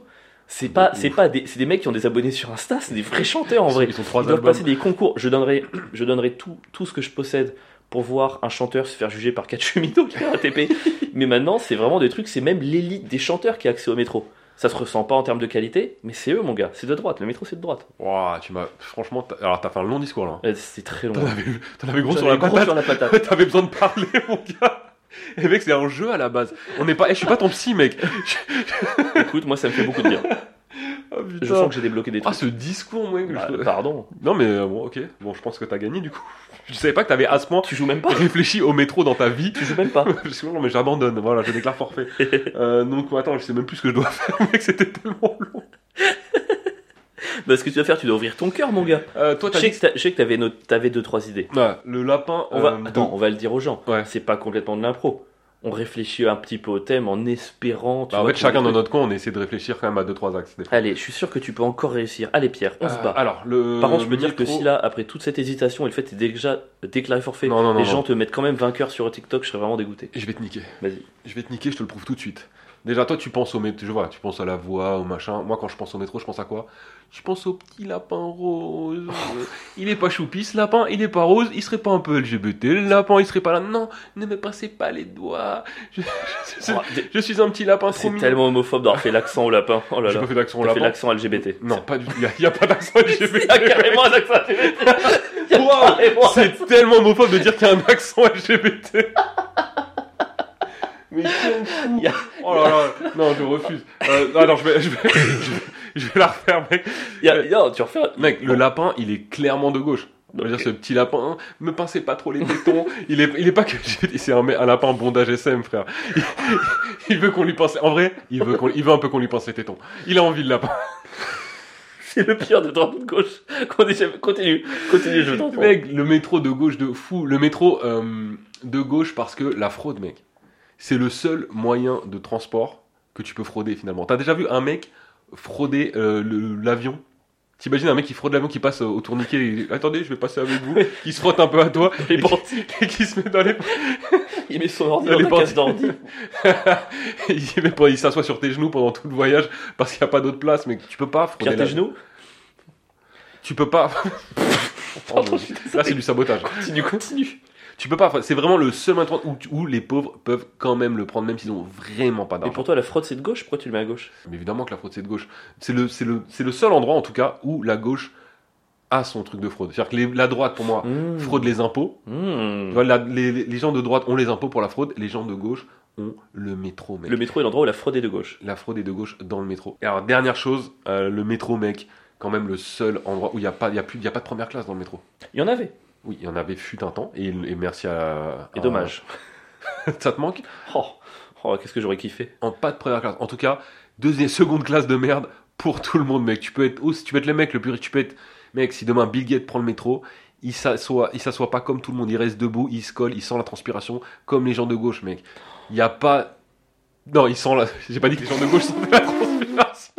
C'est pas, Bah, ouf. c'est pas des, c'est des mecs qui ont des abonnés sur Insta, c'est des vrais chanteurs en vrai. Ils sont trois Ils doivent albums. passer des concours. Je donnerai, je donnerai tout, tout ce que je possède pour voir un chanteur se faire juger par 4 cheminots qui a ATP. mais maintenant, c'est vraiment des trucs, c'est même l'élite des chanteurs qui a accès au métro. Ça se ressent pas en termes de qualité, mais c'est eux, mon gars. C'est de droite. Le métro, c'est de droite. Ouah, tu m'as. Franchement, t'as- alors t'as fait un long discours là. hein. Euh, C'est très long. T'en avais, t'en avais gros J'en sur la ai gros patate. sur la patate. T'avais besoin de parler, mon gars. Et mec, c'est un jeu à la base. On n'est pas. eh, je suis pas ton psy, mec. Écoute, moi, ça me fait beaucoup de bien. Ah Je sens que j'ai débloqué des Ah, trucs. ce discours, mec. Oh, Bah, je- pardon. Non, mais euh, bon, ok. Bon, je pense que t'as gagné du coup. Je savais pas que t'avais à ce point Tu joues même pas. réfléchi au métro dans ta vie. Tu joues même pas. Je suis non, mais j'abandonne. Voilà, je déclare forfait. Euh, donc, attends, je sais même plus ce que je dois faire, mec. C'était tellement long. Bah, ce que tu dois faire, tu dois ouvrir ton cœur, mon gars. Euh, toi, Je t'as sais dit. que t'as- je sais que t'avais nos- t'avais deux, trois idées. Ouais, le lapin. On va, euh, attends, donc- on va le dire aux gens. Ouais. C'est pas complètement de l'impro. On réfléchit un petit peu au thème en espérant. tu Bah, en vois, fait, qu'on- chacun dans notre coin, on essaie de réfléchir quand même à deux trois axes. des fois. Allez, je suis sûr que tu peux encore réussir. Allez, Pierre, on se Euh, bat. alors, le. Par contre, je peux dire que métro- si là, après toute cette hésitation et le fait que t'es déjà déclaré forfait, Non, non, non, les non. gens te mettent quand même vainqueur sur TikTok, je serais vraiment dégoûté. Je vais te niquer. Vas-y. Je vais te niquer, je te le prouve tout de suite. Déjà, toi, tu penses au métro, je vois, tu penses à la voie, au machin. Moi, quand je pense au métro, je pense à quoi Je pense au petit lapin rose. Oh. il est pas choupi, ce lapin, il est pas rose, il serait pas un peu LGBT, le lapin, il serait pas là. Non, ne me passez pas les doigts. Je, je- je- Oh, t'es- je suis un petit lapin trop C'est mignon. tellement homophobe d'avoir fait l'accent au lapin. Oh là J'ai là. pas fait d'accent au T'as fait lapin. l'accent LGBT. Non, pas du tout. Il n'y a, pas Il d'accent y a LGBT. carrément un accent LGBT. Il y a Wow, carrément un C'est tellement homophobe de dire qu'il y a un accent LGBT. Mais quel fou. Y a- Oh là là, non, je refuse. Euh, non, non, je vais, je, vais, je vais- je vais la refaire, mec. Il y a- Non, tu refais. un- Mec, le Bon. lapin, il est clairement de gauche. On va dire ce petit lapin, me pincez pas trop les tétons. Il est, il est pas que c'est un, mec- un lapin bondage SM, frère. Il, il veut qu'on lui pince. En vrai, il veut qu'on, il veut un peu qu'on lui pince les tétons. Il a envie le lapin. C'est le pire de droite ou de gauche. Continue, continue, continue, je t'entends. Mec, le métro de gauche de fou. Le métro euh, de gauche parce que la fraude, mec, c'est le seul moyen de transport que tu peux frauder finalement. T'as déjà vu un mec frauder euh, le- l'avion T'imagines un mec qui fraude l'avion qui passe euh, au tourniquet et attendez, je vais passer avec vous, qui se frotte un peu à toi Les et qui, bandes- et qui se met dans les. Il met son ordi Elle dans est la partie. case d'ordi. il met pas- il s'assoit sur tes genoux pendant tout le voyage parce qu'il n'y a pas d'autre place, mais tu peux pas frauder. Pierre, tes l'avion. genoux Tu peux pas. Oh, Pardon, mon je suis Dieu. désolé. Là, c'est du sabotage. Continue, continue. Tu peux pas, c'est vraiment le seul endroit où, tu- où les pauvres peuvent quand même le prendre, même s'ils ont vraiment pas Et d'argent. pour toi, la fraude, c'est de gauche Pourquoi tu le mets à gauche Mais évidemment que la fraude, c'est de gauche. C'est le, c'est le, c'est le seul endroit, en tout cas, où la gauche a son truc de fraude. C'est-à-dire que les- la droite, pour moi, Mmh. Hmm. fraude les impôts. Tu vois, la- les, les gens de droite ont les impôts pour la fraude, les gens de gauche ont le métro, mec. Le métro est l'endroit où la fraude est de gauche. La fraude est de gauche dans le métro. Et alors, dernière chose, euh, le métro, mec, quand même le seul endroit où il n'y a, pas- il y a, plus- il y a pas de première classe dans le métro. Il y en avait. Oui, il y en avait fut un temps, et, et merci à... Et à- dommage. Ça te manque Oh, oh, qu'est-ce que j'aurais kiffé. en pas de première classe. En tout cas, deuxième, seconde classe de merde pour tout le monde, mec. Tu peux être aussi, tu peux être le mec le plus riche, tu peux être, mec, si demain Bill Gates prend le métro, il s'assoit, il s'assoit pas comme tout le monde, il reste debout, il se colle, il sent la transpiration comme les gens de gauche, mec. Il y a pas, non, il sent la, j'ai pas dit que les gens de gauche sentaient la transpiration.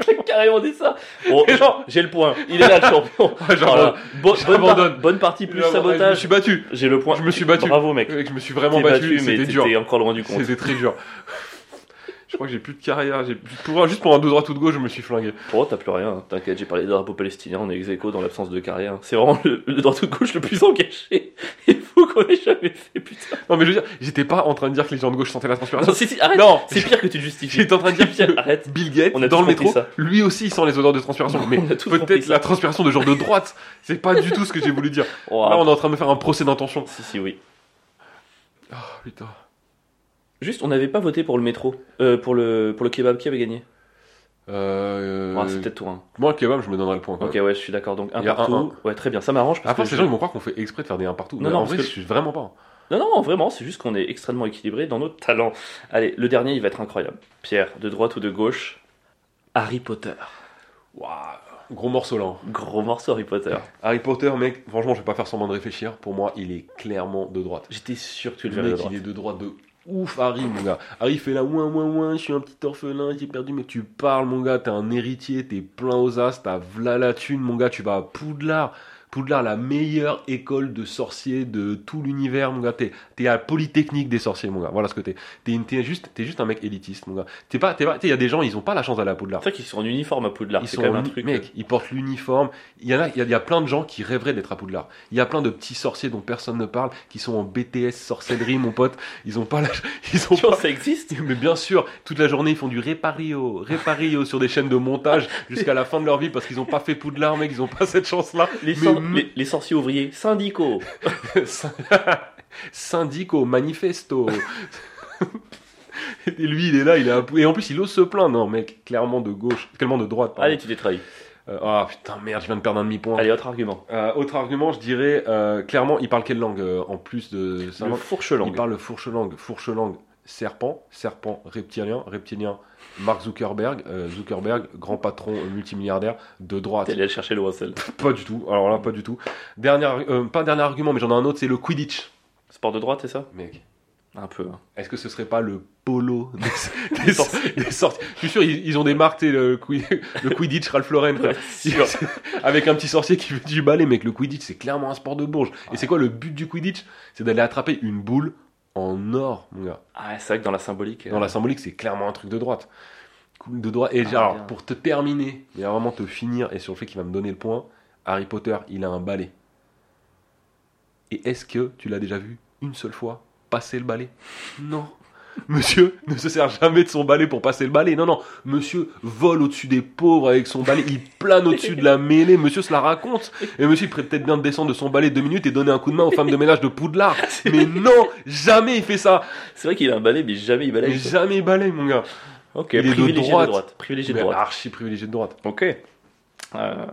J'ai carrément dit ça. Bon, Mais non. j'ai le point. Il est là, le champion. Oh là, J'abandonne. bo- bonne, par- euh, J'abandonne. bonne partie plus Je me suis sabotage. battu. J'ai le point. Je me suis battu. Bravo, mec. Mec, je me suis vraiment T'es battu, mais c'était dur. t'étais encore loin du compte. C'était très dur. Je crois que j'ai plus de carrière, j'ai plus de pouvoir. Juste pour un deux droits tout de gauche, je me suis flingué. Pour Oh, t'as plus rien. T'inquiète, j'ai parlé des drapeaux palestiniens, on est ex aequo dans l'absence de carrière. C'est vraiment le, le droit de gauche le plus engagé. Il faut qu'on ait jamais fait, putain. Non, mais je veux dire, j'étais pas en train de dire que les gens de gauche sentaient la transpiration. Non, si, si, arrête. Non, C'est pire que tu te justifies. j'étais en train de dire Pierre, que arrête. Bill Gates, Ah On a dans tous le compris métro, ça. lui aussi il sent les odeurs de transpiration. Mais On a tous compris peut-être ça. la transpiration de gens de droite, c'est pas du tout ce que j'ai voulu dire. Oh, ah, Là, on est en train de me faire un procès d'intention. Si, si, oui. Oh putain. Juste, on n'avait pas voté pour le métro, euh, pour, le, pour le kebab qui avait gagné. Euh, Ah, c'est peut-être toi. hein. moi, le kebab, je me donnerai le point. Quoi. Ok, ouais, je suis d'accord. Donc, un Il y a un, Ah, partout. Ouais, très bien, ça m'arrange. parce À part, que ces je- gens, ils vont croire qu'on fait exprès de faire des 1 partout. Non, mais non, en parce vrai, que- je suis vraiment pas. Non, non, vraiment, c'est juste qu'on est extrêmement équilibré dans nos talents. Allez, le dernier, il va être incroyable. Pierre, de droite ou de gauche Harry Potter. Waouh. Gros morceau là. hein. Gros morceau Harry Potter. Harry Potter, mec, franchement, je vais pas faire semblant de réfléchir. Pour moi, il est clairement de droite. J'étais sûr que tu le Le verrais de mec, droite. il est de droite de ouf, Harry, mon gars. Harry fait là, ouin, ouin, ouin, je suis un petit orphelin, j'ai perdu, mais tu parles, mon gars, t'es un héritier, t'es plein aux as, t'as v'là la thune, mon gars, tu vas à Poudlard. Poudlard, la meilleure école de sorciers de tout l'univers, mon gars. T'es t'es à la polytechnique des sorciers, mon gars. Voilà ce que t'es. T'es une- t'es juste, t'es juste un mec élitiste, mon gars. T'es pas, t'es pas, t'sais, il y a des gens, ils ont pas la chance d'aller à Poudlard. C'est vrai qu'ils sont en uniforme à Poudlard, Ils c'est sont quand même en un uni- truc. euh, Mec, ils portent l'uniforme. Il y en a, il y a, il y a plein de gens qui rêveraient d'être à Poudlard. Il y a plein de petits sorciers dont personne ne parle, qui sont en BTS sorcellerie, mon pote. Ils ont pas la, ils ont Tu penses pas. que ça existe Mais bien sûr, toute la journée ils font du répario, répario sur des chaînes de montage jusqu'à la fin de leur vie parce qu'ils n'ont pas fait Poudlard, mec, ils ont pas cette chance-là. les, Mais sor- nous- les- les sorciers ouvriers, syndicaux. Syndicaux, manifesto. Et lui, il est là, il est à... et en plus, il ose se plaindre, non, mec, clairement de gauche, clairement de droite. pardon. Allez, tu t'es trahi. Euh, Ah putain, merde, je viens de perdre un demi-point. Allez, autre argument. Euh, autre argument, je dirais euh, clairement, il parle quelle langue euh, en plus de sa Le langue Il fourche-langue. parle le fourche-langue, fourche-langue, serpent, serpent, reptilien, reptilien, Mark Zuckerberg, euh, Zuckerberg, grand patron euh, multimilliardaire de droite. T'es allé le chercher loin seul. Pas du tout, alors là, pas du tout. Dernier, argu- euh, pas dernier argument, mais j'en ai un autre, c'est le Quidditch. Sport de droite, c'est ça Mec, Un peu. hein. est-ce que ce serait pas le polo des, des, Des sor- des sorties Je suis sûr, ils, ils ont des marques, tu sais, le, Qui- le Quidditch, Ralph Lauren, frère. Sûr. Avec un petit sorcier qui fait du balai, mec. Le Quidditch, c'est clairement un sport de bourge. Et c'est quoi le but du Quidditch C'est d'aller attraper une boule en or, mon gars. Ah, c'est vrai que dans la symbolique. Dans la symbolique, c'est clairement un truc de droite. Cool, De droite. Et Ah, alors, bien. pour te terminer, mais vraiment te finir, et sur le fait qu'il va me donner le point, Harry Potter, il a un balai. Et est-ce que tu l'as déjà vu une seule fois passer le balai Non. Monsieur ne se sert jamais de son balai pour passer le balai. Non, non. Monsieur vole au-dessus des pauvres avec son balai. Il plane au-dessus de la mêlée. Monsieur se la raconte. Et monsieur, il pourrait peut-être bien descendre de son balai deux minutes et donner un coup de main aux femmes de ménage de Poudlard. Ah, Mais non, jamais il fait ça. C'est vrai qu'il a un balai, mais jamais il Mais balaye. quoi. jamais il balaye, mon gars. Ok, il est de privilégié de droite. droite. Privilégié de Mais droite. Archi privilégié de droite. Ok. Euh,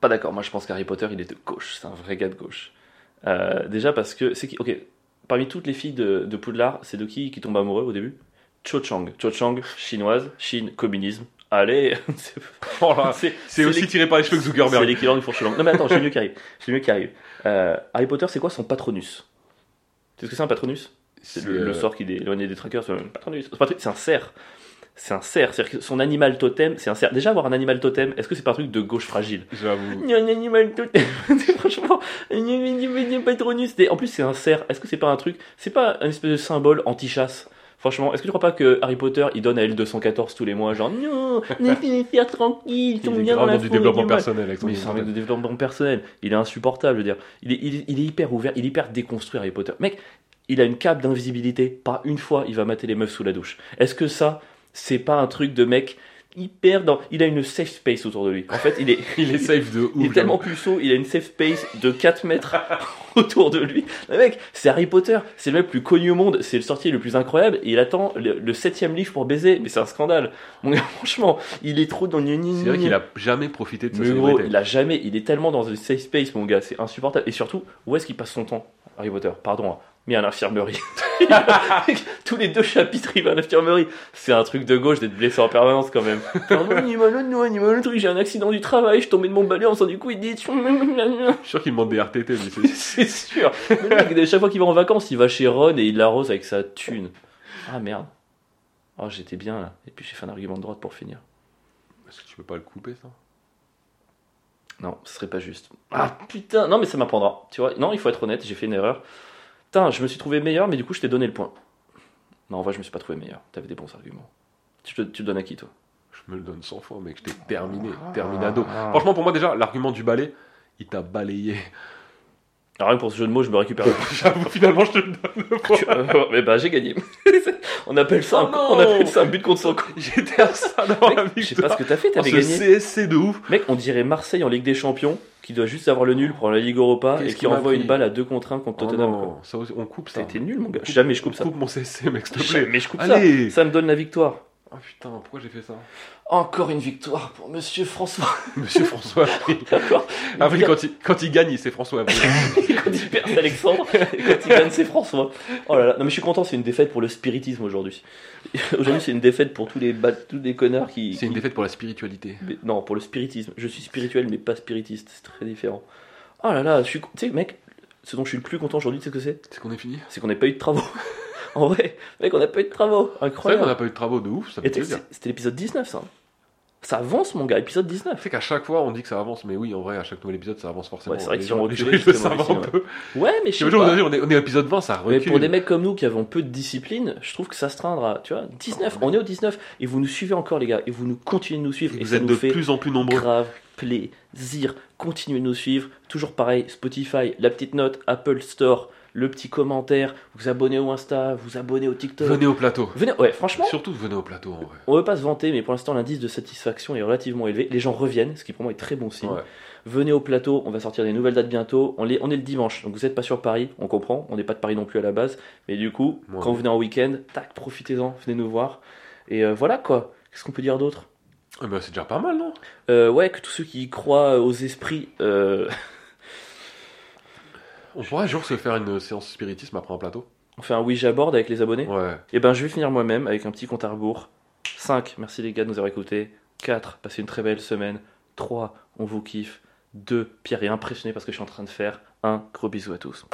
Pas d'accord, moi je pense qu'Harry Potter il est de gauche, c'est un vrai gars de gauche. Euh, déjà parce que c'est qui Ok, parmi toutes les filles de, de Poudlard, c'est de qui qui tombe amoureux au début Cho Chang. Cho Chang, chinoise, Chine, communisme. Allez, c'est- Oh là, c'est c'est aussi l'équ- tiré par les cheveux que C'est Zuckerberg. l'équivalent du fourche-langue. Non mais attends, j'ai mieux qui arrive. J'ai mieux qui arrive. Euh, Harry Potter, c'est quoi son patronus Tu sais ce que c'est un patronus C'est le, le euh, sort qui est éloigné des trackers. C'est un patronus. C'est pas un truc- c'est un cerf. C'est un cerf. C'est-à-dire que son animal totem, c'est un cerf. Déjà, avoir un animal totem, est-ce que c'est pas un truc de gauche fragile J'avoue. Il y a un animal totem. C'est Franchement, il y a un animal patronus. Et En plus, c'est un cerf. Est-ce que c'est pas un truc C'est pas un espèce de symbole anti-chasse Franchement, est-ce que tu crois pas que Harry Potter il donne à L214 tous les mois Genre, non, laissez-les faire tranquilles, ils sont Il est bien dans la grave dans du forêt développement du mal. personnel avec son Oui, c'est un mec de Instagram. développement personnel. Il est insupportable, je veux dire. Il est, il est- il est hyper ouvert, il est hyper déconstruit, Harry Potter. Mec, il a une cape d'invisibilité. Pas une fois, il va mater les meufs sous la douche. Est-ce que ça, c'est pas un truc de mec hyper dans. Il a une safe space autour de lui. En fait, il est, Il est safe de ouf. hein. il est tellement puceau, il a une safe space de 4 mètres autour de lui. Le mec, c'est Harry Potter, c'est le mec le plus connu au monde, c'est le sorcier le plus incroyable, et il attend le, le septième livre pour baiser, mais c'est un scandale. Mon gars, franchement, il est trop dans j'avoue. C'est vrai qu'il a jamais profité de sa mais gros, célébrité. il a jamais, il est tellement dans une safe space, mon gars, c'est insupportable. Et surtout, où est-ce qu'il passe son temps Harry Potter, pardon, hein, mais à l'infirmerie. Tous les deux chapitres, il va à l'infirmerie. C'est un truc de gauche d'être blessé en permanence quand même. Pardon, il m'a le doigt, il m'a le truc, j'ai un accident du travail, je suis tombé de mon balai en sortant du coup, il dit. Je suis sûr qu'il demande des RTT, mais c'est- C'est sûr. Mais le mec, chaque fois qu'il va en vacances, il va chez Ron et il l'arrose avec sa thune. Ah merde. Oh, j'étais bien là. Et puis j'ai fait un argument de droite pour finir. Est-ce que tu peux pas le couper, ça Non, ce serait pas juste. Ah putain, non mais ça m'apprendra. Tu vois, non, il faut être honnête, j'ai fait une erreur. Putain, je me suis trouvé meilleur, mais du coup je t'ai donné le point. Non, en vrai, je me suis pas trouvé meilleur. T'avais des bons arguments. Tu te, tu te donnes à qui toi Je me le donne 100 fois, mec. Je t'ai terminé. Terminado. Ah. Franchement, pour moi, déjà, l'argument du balai, il t'a balayé. Alors rien que pour ce jeu de mots, je me récupère. le point. J'avoue, finalement, je te le donne le point. Tu- euh, mais bah j'ai gagné. on appelle ça, un, Oh non on appelle ça un but contre son camp. J'étais à ça d'avoir la Mec, Je sais pas ce victoire. que t'as fait, Oh, t'avais Ce gagné. CSC de ouf. Mec, on dirait Marseille en Ligue des Champions, qui doit juste avoir le nul pour la Ligue Europa Qu'est-ce et qui qu'on m'a envoie pris une balle à 2 contre 1 contre Oh Tottenham. non, quoi. ça aussi- on coupe T'as ça. été nul, mon gars. Jamais je coupe ça. Coupe mon CSC, mec, s'il te plaît. Jamais je coupe ça. Allez Ça me donne la victoire. Oh putain, pourquoi j'ai fait ça Encore une victoire pour Monsieur François. Monsieur François Avril. D'accord. Avril, quand il, quand il gagne, c'est François Avril. quand il perd, c'est Alexandre. Et quand il gagne, c'est François. Oh là là. Non, mais je suis content, c'est une défaite pour le spiritisme aujourd'hui. Aujourd'hui, c'est une défaite pour tous les, ba- tous les connards qui. C'est une qui- défaite pour la spiritualité. mais- non, pour le spiritisme. Je suis spirituel, mais pas spiritiste. C'est très différent. Oh là là, je suis. con- Tu sais, mec, ce dont je suis le plus content aujourd'hui, tu sais ce que c'est C'est qu'on est fini C'est qu'on n'a pas eu de travaux. en vrai, mec, on n'a pas eu de travaux. C'est vrai qu'on Incroyable. n'a pas eu de travaux de ouf, ça Et fait t'es- plaisir. c'est- C'était l'épisode 19, ça. Ça avance, mon gars, épisode 19. C'est qu'à chaque fois on dit que ça avance, mais oui, en vrai, à chaque nouvel épisode ça avance forcément. Ouais, c'est vrai que Les si on gens- recule, les gens, ils c'est le savent mauvais un signe, peu. Ouais, mais je sais Aujourd'hui, pas. on est- on est on est à épisode 20, ça Mais recule. pour des mecs comme nous qui avons peu de discipline, je trouve que ça se traindre à, tu vois, 19, on est au 19, et vous nous suivez encore les gars, et vous nous continuez de nous suivre, et, Vous ça êtes nous de fait plus en plus nombreux. grave plaisir, continuez de nous suivre, toujours pareil, Spotify, la petite note, Apple Store, le petit commentaire, vous abonnez au Insta, vous abonnez au TikTok, venez, Venez au plateau. ouais franchement, Surtout venez au plateau en vrai. on veut pas se vanter, mais pour l'instant l'indice de satisfaction est relativement élevé, les gens reviennent, ce qui pour moi est très bon signe, Ouais. Venez au plateau, on va sortir des nouvelles dates bientôt. On est, on est le dimanche, donc vous n'êtes pas sur Paris, on comprend, on n'est pas de Paris non plus à la base. Mais du coup, Ouais. quand vous venez en week-end, tac, profitez-en, venez nous voir. Et euh, voilà quoi, qu'est-ce qu'on peut dire d'autre Eh ben, c'est déjà pas mal, non Euh, Ouais, que tous ceux qui y croient euh, aux esprits, euh, On pourrait un jour se faire une séance spiritisme après un plateau. on fait un Ouija board avec les abonnés. Ouais. Et ben je vais finir moi-même avec un petit compte à rebours. 5, merci les gars de nous avoir écoutés. 4, passez une très belle semaine. 3, on vous kiffe. 2, Pierre est impressionné parce que je suis en train de faire. 1, gros bisous à tous.